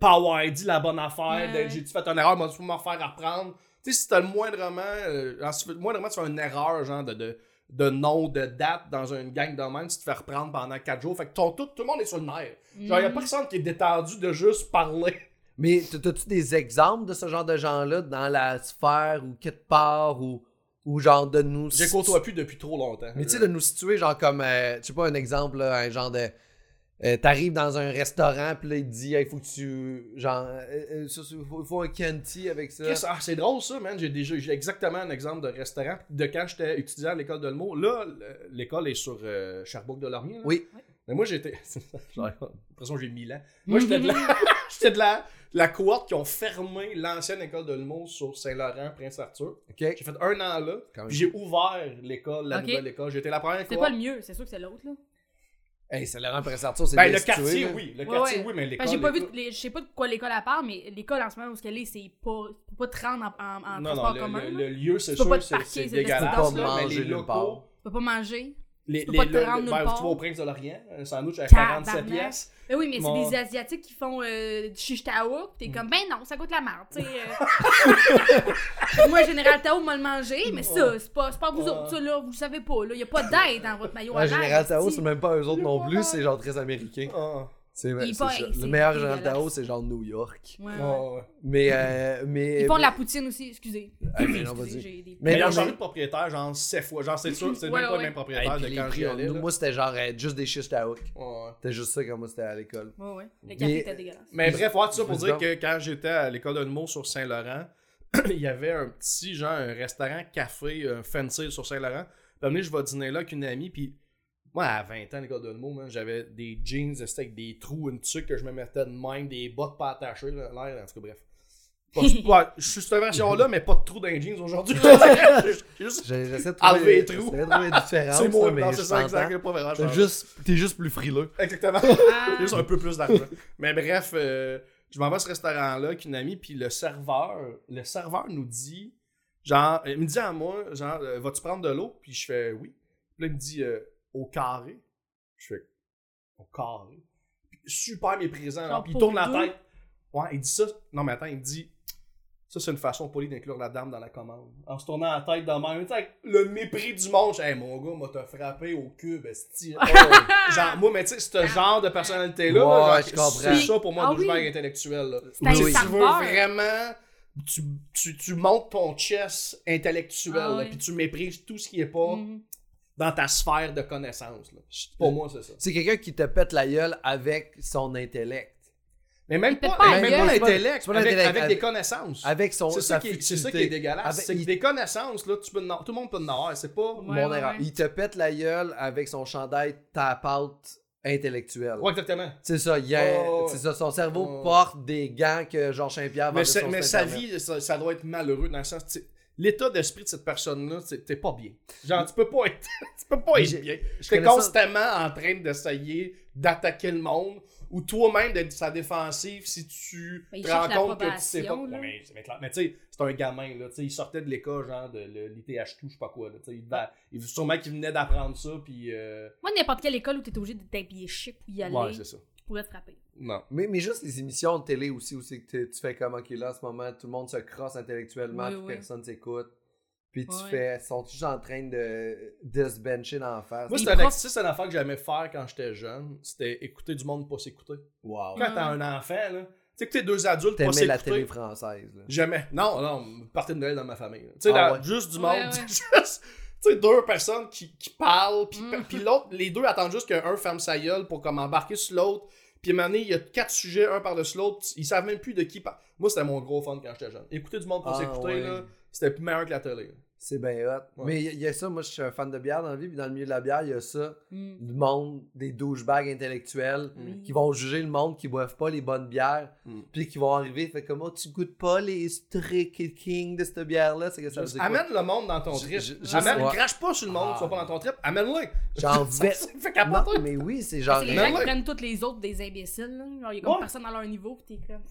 Speaker 6: pas avoir dit la bonne affaire,
Speaker 7: Ouais,
Speaker 6: de j'ai-tu fait une erreur, moi, tu m'en faire apprendre. Tu sais, si t'as le moindrement. euh, genre, si le moindrement, tu fais une erreur, genre, de, de, de nom, de date dans une gang de même, tu te fais reprendre pendant 4 jours. Fait que ton, tout, tout le monde est sur le nerf. Genre, y a
Speaker 7: Mm.
Speaker 6: personne qui est détendu de juste parler.
Speaker 5: Mais t- t'as-tu des exemples de ce genre de gens-là dans la sphère ou quelque part ou, ou genre de nous.
Speaker 6: J'ai côtoie plus depuis trop longtemps.
Speaker 5: Mais tu sais, de nous situer, genre comme, euh, tu sais pas, un exemple, là, un genre de. euh, T'arrives dans un restaurant, puis là, il te dit, il faut que tu. Genre, euh, il faut, faut un Kenty avec ça.
Speaker 6: Chris, ah, c'est drôle ça, man. J'ai déjà j'ai exactement un exemple de restaurant de quand j'étais étudiant à l'école de Lemo. Là, l'école est sur euh, Sherbrooke de Laurier.
Speaker 5: Oui.
Speaker 6: Mais moi, j'étais. J'ai l'impression que j'ai 1000 ans. Moi,
Speaker 7: Mm-hmm.
Speaker 6: j'étais de la, j'étais de la, de la cohorte qui ont fermé l'ancienne école de Lemo sur Saint-Laurent, Prince-Arthur.
Speaker 5: Ok?
Speaker 6: J'ai fait un an là,
Speaker 5: Quand même.
Speaker 6: puis j'ai ouvert l'école, la
Speaker 7: Ok.
Speaker 6: nouvelle école. J'étais la première
Speaker 7: C'était
Speaker 6: cohorte.
Speaker 7: pas le mieux, c'est sûr que c'est l'autre, là.
Speaker 5: Hey, c'est Laurent Prince-Arthur, c'est
Speaker 6: Ben,
Speaker 5: bien
Speaker 6: le
Speaker 5: situé,
Speaker 6: quartier,
Speaker 5: là.
Speaker 6: oui. Le
Speaker 7: Ouais,
Speaker 6: quartier,
Speaker 7: ouais.
Speaker 6: oui, mais
Speaker 7: Fait
Speaker 6: l'école.
Speaker 7: que j'ai pas vu,
Speaker 6: l'école-
Speaker 7: de- les- je sais pas de quoi l'école à part, mais l'école en ce moment où ce qu'elle est, c'est pas, faut pas te rendre en, en,
Speaker 6: Non,
Speaker 7: en
Speaker 6: non,
Speaker 7: transport
Speaker 6: le,
Speaker 7: commun.
Speaker 6: le-
Speaker 7: là.
Speaker 6: le lieu, c'est
Speaker 7: Tu peux pas
Speaker 6: sûr, c'est-
Speaker 7: te parquer,
Speaker 6: c'est
Speaker 7: c'est de la
Speaker 6: dégueulasse,
Speaker 7: distance,
Speaker 6: là, mais
Speaker 5: manger
Speaker 6: les
Speaker 5: nulle
Speaker 6: locaux.
Speaker 5: part.
Speaker 7: Tu peux pas manger.
Speaker 6: Les,
Speaker 7: Tu peux
Speaker 6: les,
Speaker 7: pas te
Speaker 6: le-
Speaker 7: rendre
Speaker 6: le-
Speaker 7: nulle
Speaker 6: ben,
Speaker 7: part.
Speaker 6: tu vas au Prince de Lorient, un sandwich à
Speaker 7: Tabarnak.
Speaker 6: 47 pièces.
Speaker 7: Mais Ben oui, mais c'est
Speaker 6: Mon- Mm.
Speaker 7: des Asiatiques qui font euh, du shish tao, pis t'es comme, ben non, ça coûte la merde, tu sais. euh. Moi, Général Tao m'a le mangé, mais ça, c'est pas, c'est pas vous
Speaker 6: Ouais.
Speaker 7: autres, ça, là, vous le savez pas, là. Y a pas d'aide dans votre maillot
Speaker 5: Ouais,
Speaker 7: à
Speaker 5: Général
Speaker 7: l'air,
Speaker 5: Tao,
Speaker 7: si.
Speaker 5: c'est même pas eux autres
Speaker 7: Plus
Speaker 5: non
Speaker 7: pas
Speaker 5: plus,
Speaker 7: mal.
Speaker 5: c'est genre très américain.
Speaker 6: Ah,
Speaker 5: C'est c'est
Speaker 7: Ils
Speaker 5: ça.
Speaker 7: font-
Speaker 5: Le
Speaker 7: c'est
Speaker 5: meilleur Général
Speaker 7: dégueulasse.
Speaker 5: Tao, c'est genre New York.
Speaker 7: Ouais, ouais.
Speaker 6: ah, ouais.
Speaker 5: Mais. euh, mais
Speaker 7: Ils font de la poutine aussi, excusez.
Speaker 5: Ah, mais non,
Speaker 7: Excusez,
Speaker 5: vas-y.
Speaker 7: j'ai des-
Speaker 6: Mais
Speaker 5: non,
Speaker 6: ils ont
Speaker 5: mais-
Speaker 6: changé de propriétaire, genre 7 fois. Genre, c'est sûr, c'est
Speaker 7: Ouais,
Speaker 6: même pas
Speaker 7: ouais.
Speaker 6: le même
Speaker 5: Hey,
Speaker 6: propriétaire
Speaker 5: puis
Speaker 6: de
Speaker 5: les
Speaker 6: quand
Speaker 5: prix,
Speaker 6: j'y
Speaker 5: on-
Speaker 6: allais. là.
Speaker 5: Moi, c'était genre euh, juste des shish tao.
Speaker 6: Ouais.
Speaker 5: C'était juste ça quand moi, c'était à l'école.
Speaker 7: Ouais, ouais. Le café
Speaker 5: Mais-
Speaker 7: était dégueulasse.
Speaker 6: Mais bref, ouais, tout ça pour
Speaker 5: Vas-y
Speaker 6: dire
Speaker 5: donc.
Speaker 6: que quand j'étais à l'école de l'humour sur Saint-Laurent, il y avait un petit, genre, un restaurant café euh, fancy sur Saint-Laurent. Puis un moment donné, je vais dîner là avec une amie, puis moi, à 20 ans, à l'école de l'humour, man, j'avais des jeans, c'était avec des trous, une tuque que je me mettais de même, des bottes pas attachées, là, l'air, en tout cas, bref. Pas- ouais, je suis cette version-là, mais pas de trous dans les jeans aujourd'hui. J'ai juste-
Speaker 5: J'ai- J'essaie de
Speaker 6: Enlever
Speaker 5: trouver
Speaker 6: les trous.
Speaker 5: j'essaie de trouver une différence.
Speaker 6: Ah, C'est moi,
Speaker 5: là, mais
Speaker 6: non,
Speaker 5: je
Speaker 6: c'est ça,
Speaker 5: t'entends.
Speaker 6: exact, pas vraiment.
Speaker 5: T'as juste- T'es juste plus frileux.
Speaker 6: Exactement.
Speaker 7: Ah.
Speaker 6: Juste un peu plus d'argent. Mais bref, euh, je m'en vais à ce restaurant-là avec une amie, puis le serveur, le serveur nous dit Genre, il me dit à moi, genre, euh, vas-tu prendre de l'eau? Puis je fais oui. Puis là, il me dit euh, au carré. Je fais au carré. Puis super méprisant.
Speaker 7: Genre
Speaker 6: là. Puis il
Speaker 7: pour
Speaker 6: tourne la
Speaker 7: deux?
Speaker 6: tête. Ouais, il dit ça. Non, mais attends, il me dit ça, c'est une façon polie d'inclure la dame dans la commande. En se tournant la tête dans ma avec le mépris du monde. Je dis, Hey, mon gars, m'a te frappé au cube, esti. Oh. genre, moi, mais tu sais, ce genre de personnalité-là,
Speaker 5: Ouais,
Speaker 6: là,
Speaker 5: je
Speaker 6: genre,
Speaker 5: comprends.
Speaker 6: c'est ça pour moi,
Speaker 7: Ah
Speaker 6: le douchebag
Speaker 7: oui.
Speaker 6: intellectuel. là.
Speaker 7: C'est un
Speaker 6: Tu sais, tu veux
Speaker 7: serveur.
Speaker 6: vraiment. Tu, tu, tu montes ton chess intellectuel,
Speaker 7: Ah
Speaker 6: là,
Speaker 7: ouais.
Speaker 6: puis tu méprises tout ce qui est pas
Speaker 7: Mhm.
Speaker 6: dans ta sphère de connaissance. là.
Speaker 5: Mm.
Speaker 6: Pour moi, c'est ça.
Speaker 5: C'est quelqu'un qui te pète la gueule avec son intellect.
Speaker 6: Mais même
Speaker 7: Il pète
Speaker 6: pas,
Speaker 7: pas la
Speaker 6: même
Speaker 7: gueule.
Speaker 6: pas
Speaker 5: C'est pas-
Speaker 6: l'intellect,
Speaker 5: c'est pas
Speaker 6: avec,
Speaker 5: l'intellect,
Speaker 6: avec des
Speaker 5: avec-
Speaker 6: connaissances.
Speaker 5: Avec son
Speaker 6: C'est
Speaker 5: sa
Speaker 6: ça, qui est- c'est ça qui est
Speaker 5: futilité.
Speaker 6: dégueulasse.
Speaker 5: Avec-
Speaker 6: C'est que
Speaker 5: il-
Speaker 6: des connaissances, là, tu peux en- tout le monde peut en avoir. C'est pas.
Speaker 7: Ouais,
Speaker 5: Mon
Speaker 7: ouais,
Speaker 5: erreur.
Speaker 7: ouais.
Speaker 5: Il te pète la gueule avec son chandail tapante intellectuel.
Speaker 6: Ouais, exactement.
Speaker 5: C'est ça, il y a-
Speaker 6: Oh, ouais.
Speaker 5: c'est ça, son cerveau
Speaker 6: Oh.
Speaker 5: porte des gants que Georges Saint-Pierre
Speaker 6: Mais,
Speaker 5: vendait
Speaker 6: c'est-
Speaker 5: sur
Speaker 6: mais
Speaker 5: son
Speaker 6: sa
Speaker 5: Internet.
Speaker 6: vie, ça, ça doit être malheureux dans le sens. tu sais, L'état d'esprit de cette personne-là, tu sais, t'es pas bien. Genre, tu peux pas être, tu peux pas
Speaker 5: Mais
Speaker 6: être
Speaker 5: j'ai-
Speaker 6: bien.
Speaker 5: je
Speaker 6: T'es
Speaker 5: connais ça.
Speaker 6: constamment en train d'essayer d'attaquer le monde ou toi-même d'être sa défensive si tu
Speaker 7: Mais il
Speaker 6: te rends
Speaker 7: cherche
Speaker 6: compte que tu sais pas.
Speaker 7: l'approbation,
Speaker 6: Ouais,
Speaker 7: là.
Speaker 6: mais c'est- mais clair- mais tu sais, c'est un gamin, là. tu sais, Il sortait de l'école, genre, de le- l'ITH tout, je sais pas quoi. Là, tu sais, il, va- il- sûrement qu'il venait d'apprendre ça, puis. euh,
Speaker 7: Moi, n'importe quelle école où t'es obligé de t'habiller chic ou y aller,
Speaker 6: Ouais, c'est ça.
Speaker 7: tu pourrais te frapper.
Speaker 6: Non.
Speaker 5: Mais, mais juste les émissions de télé aussi, où c'est que tu- tu fais comme, ok, là, en ce moment, tout le monde se crosse intellectuellement,
Speaker 7: Oui,
Speaker 5: puis
Speaker 7: oui.
Speaker 5: personne t'écoute. Puis tu
Speaker 7: Ouais.
Speaker 5: fais, sont tous en train de, de se bencher dans la face.
Speaker 6: Moi,
Speaker 7: Les
Speaker 6: c'est un
Speaker 7: profs-
Speaker 6: exercice, une affaire que j'aimais faire quand j'étais jeune. C'était écouter du monde, pas s'écouter.
Speaker 5: wow.
Speaker 6: Quand t'as un enfant, là, tu sais, que t'es deux adultes, pas
Speaker 5: T'aimais la
Speaker 6: s'écouter.
Speaker 5: télé française. là.
Speaker 6: Jamais. Non, non, partez de Noël dans ma famille. là. Tu sais,
Speaker 5: Ah
Speaker 6: dans-
Speaker 5: ouais.
Speaker 6: juste du
Speaker 7: Ouais,
Speaker 6: monde.
Speaker 7: ouais.
Speaker 6: juste, tu sais, deux personnes qui, qui parlent, puis
Speaker 7: Mm.
Speaker 6: puis l'autre, les deux attendent juste qu'un ferme sa gueule pour comme embarquer sur l'autre. Puis à un moment donné, il y a quatre sujets, un par-dessus l'autre. Ils savent même plus de qui parle. Moi, c'était mon gros fun quand j'étais jeune. Écouter du monde pour
Speaker 5: Ah,
Speaker 6: s'écouter,
Speaker 5: ouais.
Speaker 6: là, c'était plus meilleur que la télé. là.
Speaker 5: C'est bien hot.
Speaker 6: Ouais.
Speaker 5: Mais il y a- il y, a ça, moi, je suis un fan de bière dans la vie, puis dans le milieu de la bière, il y a ça.
Speaker 7: Mm.
Speaker 5: Du monde, des douchebags intellectuels,
Speaker 7: Oui.
Speaker 5: qui vont juger le monde qui boivent pas les bonnes bières,
Speaker 6: Mm.
Speaker 5: puis qui vont arriver, fait comme, oh, tu goûtes pas les Striking King de cette bière-là, c'est que ça veut dire quoi?
Speaker 6: Amène le monde dans ton
Speaker 5: Je-
Speaker 6: trip.
Speaker 5: je- je-
Speaker 6: Amène,
Speaker 5: ouais.
Speaker 6: crache pas sur le monde,
Speaker 5: Ah.
Speaker 6: sois pas dans ton trip. Amène-le.
Speaker 5: J'en
Speaker 6: Ça-
Speaker 5: vais.
Speaker 6: ça fait
Speaker 5: Non,
Speaker 6: capoter.
Speaker 5: mais oui, c'est genre.
Speaker 7: C'est les
Speaker 6: Mais
Speaker 7: gens qui
Speaker 6: ouais.
Speaker 7: prennent toutes les autres des imbéciles. Là. Genre, il y a comme
Speaker 6: Ouais.
Speaker 7: personne à leur niveau, pis t'es comme.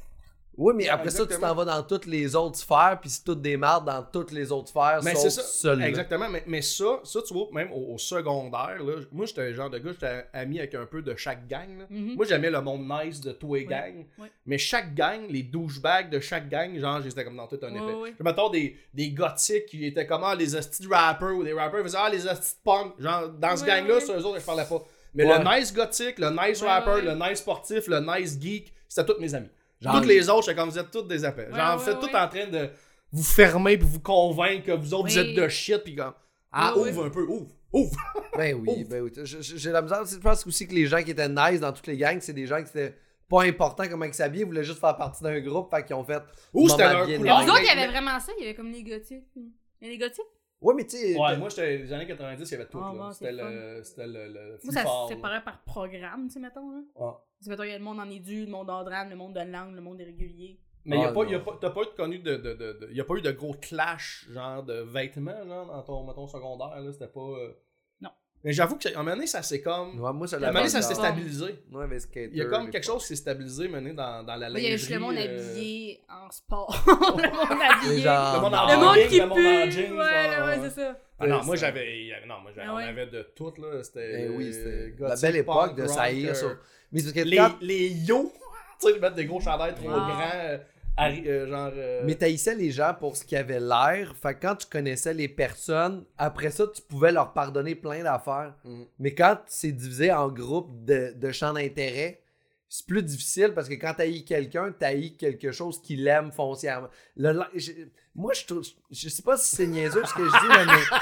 Speaker 5: Oui, mais après ça,
Speaker 6: Exactement.
Speaker 5: tu t'en vas dans toutes les autres sphères, puis c'est toutes des mardes dans toutes les autres sphères,
Speaker 6: Mais
Speaker 5: mais
Speaker 6: Ben, c'est
Speaker 5: sauf
Speaker 6: ça.
Speaker 5: celle-là.
Speaker 6: Exactement, mais, mais ça, ça, tu vois, même au, au secondaire, là, moi, j'étais le genre de gars, j'étais ami avec un peu de chaque gang. là.
Speaker 7: Mhm.
Speaker 6: Moi, j'aimais le monde nice de tous les gangs,
Speaker 7: ouais.
Speaker 6: mais chaque gang, les douchebags de chaque gang, genre, j'étais comme dans tout un
Speaker 7: Ouais,
Speaker 6: effet.
Speaker 7: ouais.
Speaker 6: Je mettons des, des gothiques qui étaient comme, ah, les hosties de rappers ou des rappers faisaient, ah, les hosties de punk. Genre, dans ce
Speaker 7: Ouais,
Speaker 6: gang-là,
Speaker 7: ouais.
Speaker 6: sur eux autres, je parlais pas. Mais
Speaker 5: Ouais.
Speaker 6: le nice gothique, le nice
Speaker 7: Ouais,
Speaker 6: rapper,
Speaker 7: ouais.
Speaker 6: le nice sportif, le nice geek, c'était tous mes amis.
Speaker 5: Genre,
Speaker 6: Toutes les autres, c'est comme vous êtes toutes des appels.
Speaker 7: Ouais,
Speaker 6: Genre, vous
Speaker 7: ouais,
Speaker 6: êtes toutes
Speaker 7: ouais.
Speaker 6: en train de vous fermer puis vous convaincre que vous autres, vous
Speaker 7: Oui.
Speaker 6: êtes de shit puis comme, ah,
Speaker 7: Ouais, ouais.
Speaker 6: ouvre un peu, ouvre, ouvre.
Speaker 5: Ben oui, ben oui. Je- je- J'ai la misère. Je pense aussi que les gens qui étaient nice dans toutes les gangs, c'est des gens qui étaient pas importants comment ils s'habillaient, ils voulaient juste faire partie d'un groupe, fait qu'ils ont fait.
Speaker 6: Ou c'était
Speaker 5: Maman
Speaker 6: leur
Speaker 5: bien
Speaker 6: couleur.
Speaker 5: aimée.
Speaker 7: Les autres, il y
Speaker 6: mais-
Speaker 7: avait vraiment ça. Il y avait comme les gothiques. Il y a les gothiques?
Speaker 5: Ouais, mais tu sais.
Speaker 6: Ouais, moi, j'étais les années 90, il y avait tout.
Speaker 7: Ah,
Speaker 6: là.
Speaker 7: bon,
Speaker 6: c'était
Speaker 7: c'est
Speaker 6: le, c'était le, le
Speaker 7: Moi,
Speaker 6: plus
Speaker 7: ça
Speaker 6: fort,
Speaker 7: se
Speaker 6: là.
Speaker 7: séparait par programme, tu sais, mettons. Là.
Speaker 6: Ouais.
Speaker 7: Tu sais, mettons, il y a le monde en édu, le monde en drame, le monde de langue, le monde irrégulier.
Speaker 6: Mais il y a
Speaker 5: Ah,
Speaker 6: pas, y a
Speaker 5: non.
Speaker 6: pas, t'as pas eu de connu de, de, de, de- y a pas eu de gros clash, genre de vêtements, genre, dans ton, mettons, secondaire, là, c'était pas. euh,
Speaker 7: Non.
Speaker 6: Mais j'avoue qu'à un moment donné, ça s'est comme.
Speaker 5: Ouais, moi, ça
Speaker 6: à un moment donné, ça s'est
Speaker 7: D'accord.
Speaker 6: stabilisé.
Speaker 5: Ouais, mais skater.
Speaker 6: Il y a comme
Speaker 5: les-
Speaker 6: quelque chose qui s'est stabilisé, mené dans, dans la
Speaker 7: Là, il y a juste le monde
Speaker 6: lingerie, euh,
Speaker 7: habillé en sport. le monde habillé.
Speaker 5: Les gens. ben
Speaker 6: Le monde en
Speaker 5: Le monde
Speaker 6: jogging,
Speaker 7: qui
Speaker 6: le monde en
Speaker 7: pue.
Speaker 6: jeans,
Speaker 7: ouais,
Speaker 6: ouais,
Speaker 7: là,
Speaker 6: ouais.
Speaker 7: ouais, c'est ça.
Speaker 6: Ah non,
Speaker 5: C'est
Speaker 6: moi
Speaker 5: ça.
Speaker 6: j'avais. il y avait- Non, moi j'avais.
Speaker 7: euh. Ah
Speaker 6: On
Speaker 7: ouais.
Speaker 6: avait de tout, là. C'était.
Speaker 5: Ben oui,
Speaker 6: euh,
Speaker 5: c'était la
Speaker 6: gothique,
Speaker 5: belle époque
Speaker 6: punk,
Speaker 5: de
Speaker 6: rock, euh,
Speaker 5: saillir sur. Mais c'est parce que
Speaker 6: Les,
Speaker 5: quand-
Speaker 6: les yo! tu sais, ils mettent des gros chandails trop
Speaker 7: Wow.
Speaker 6: grands, euh, arri- euh, genre. euh,
Speaker 5: Mais taillissais les gens pour ce qu'ils avaient l'air. Fait que quand tu connaissais les personnes, après ça, tu pouvais leur pardonner plein d'affaires.
Speaker 6: Mhm.
Speaker 5: Mais quand c'est divisé en groupes de, de champs d'intérêt, c'est plus difficile parce que quand t'haïs quelqu'un, t'haïs quelque chose qu'il aime foncièrement. Le la- je- moi, je trouve. Je sais pas si c'est niaiseux ce que je dis, là, mais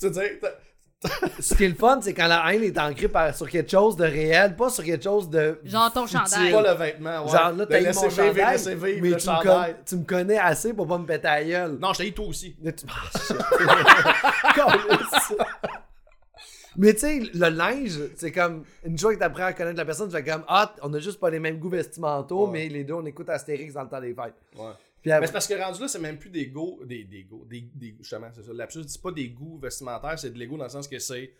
Speaker 6: Tu sais, t'as-
Speaker 5: ce qui est le fun, c'est quand la haine est ancrée par- sur quelque chose de réel, pas sur quelque chose de.
Speaker 7: Genre ton
Speaker 6: C'est
Speaker 7: chandail.
Speaker 6: pas le vêtement, ouais.
Speaker 5: Genre là,
Speaker 6: De
Speaker 5: t'as eu
Speaker 6: laisser
Speaker 5: mon
Speaker 6: vivre,
Speaker 5: chandail,
Speaker 6: laisser vivre le
Speaker 5: mais tu me,
Speaker 6: chandail.
Speaker 5: con- tu me connais assez pour pas me péter la gueule.
Speaker 6: Non, je t'ai eu toi aussi.
Speaker 5: Mais tu- Ah, shit. Calisse. Mais tu sais, le linge, c'est comme une fois que t'apprends à connaître la personne, tu fais comme Ah, on a juste pas les mêmes goûts vestimentaux,
Speaker 6: Ouais.
Speaker 5: mais les deux on écoute Astérix dans le temps des fêtes.
Speaker 6: Ouais.
Speaker 5: Puis
Speaker 6: Mais
Speaker 5: après,
Speaker 6: c'est parce que rendu là, c'est même plus des goûts, des, des goûts, des, des- justement, c'est ça. L'absurde, c'est pas des goûts vestimentaires, c'est de l'ego dans le sens que c'est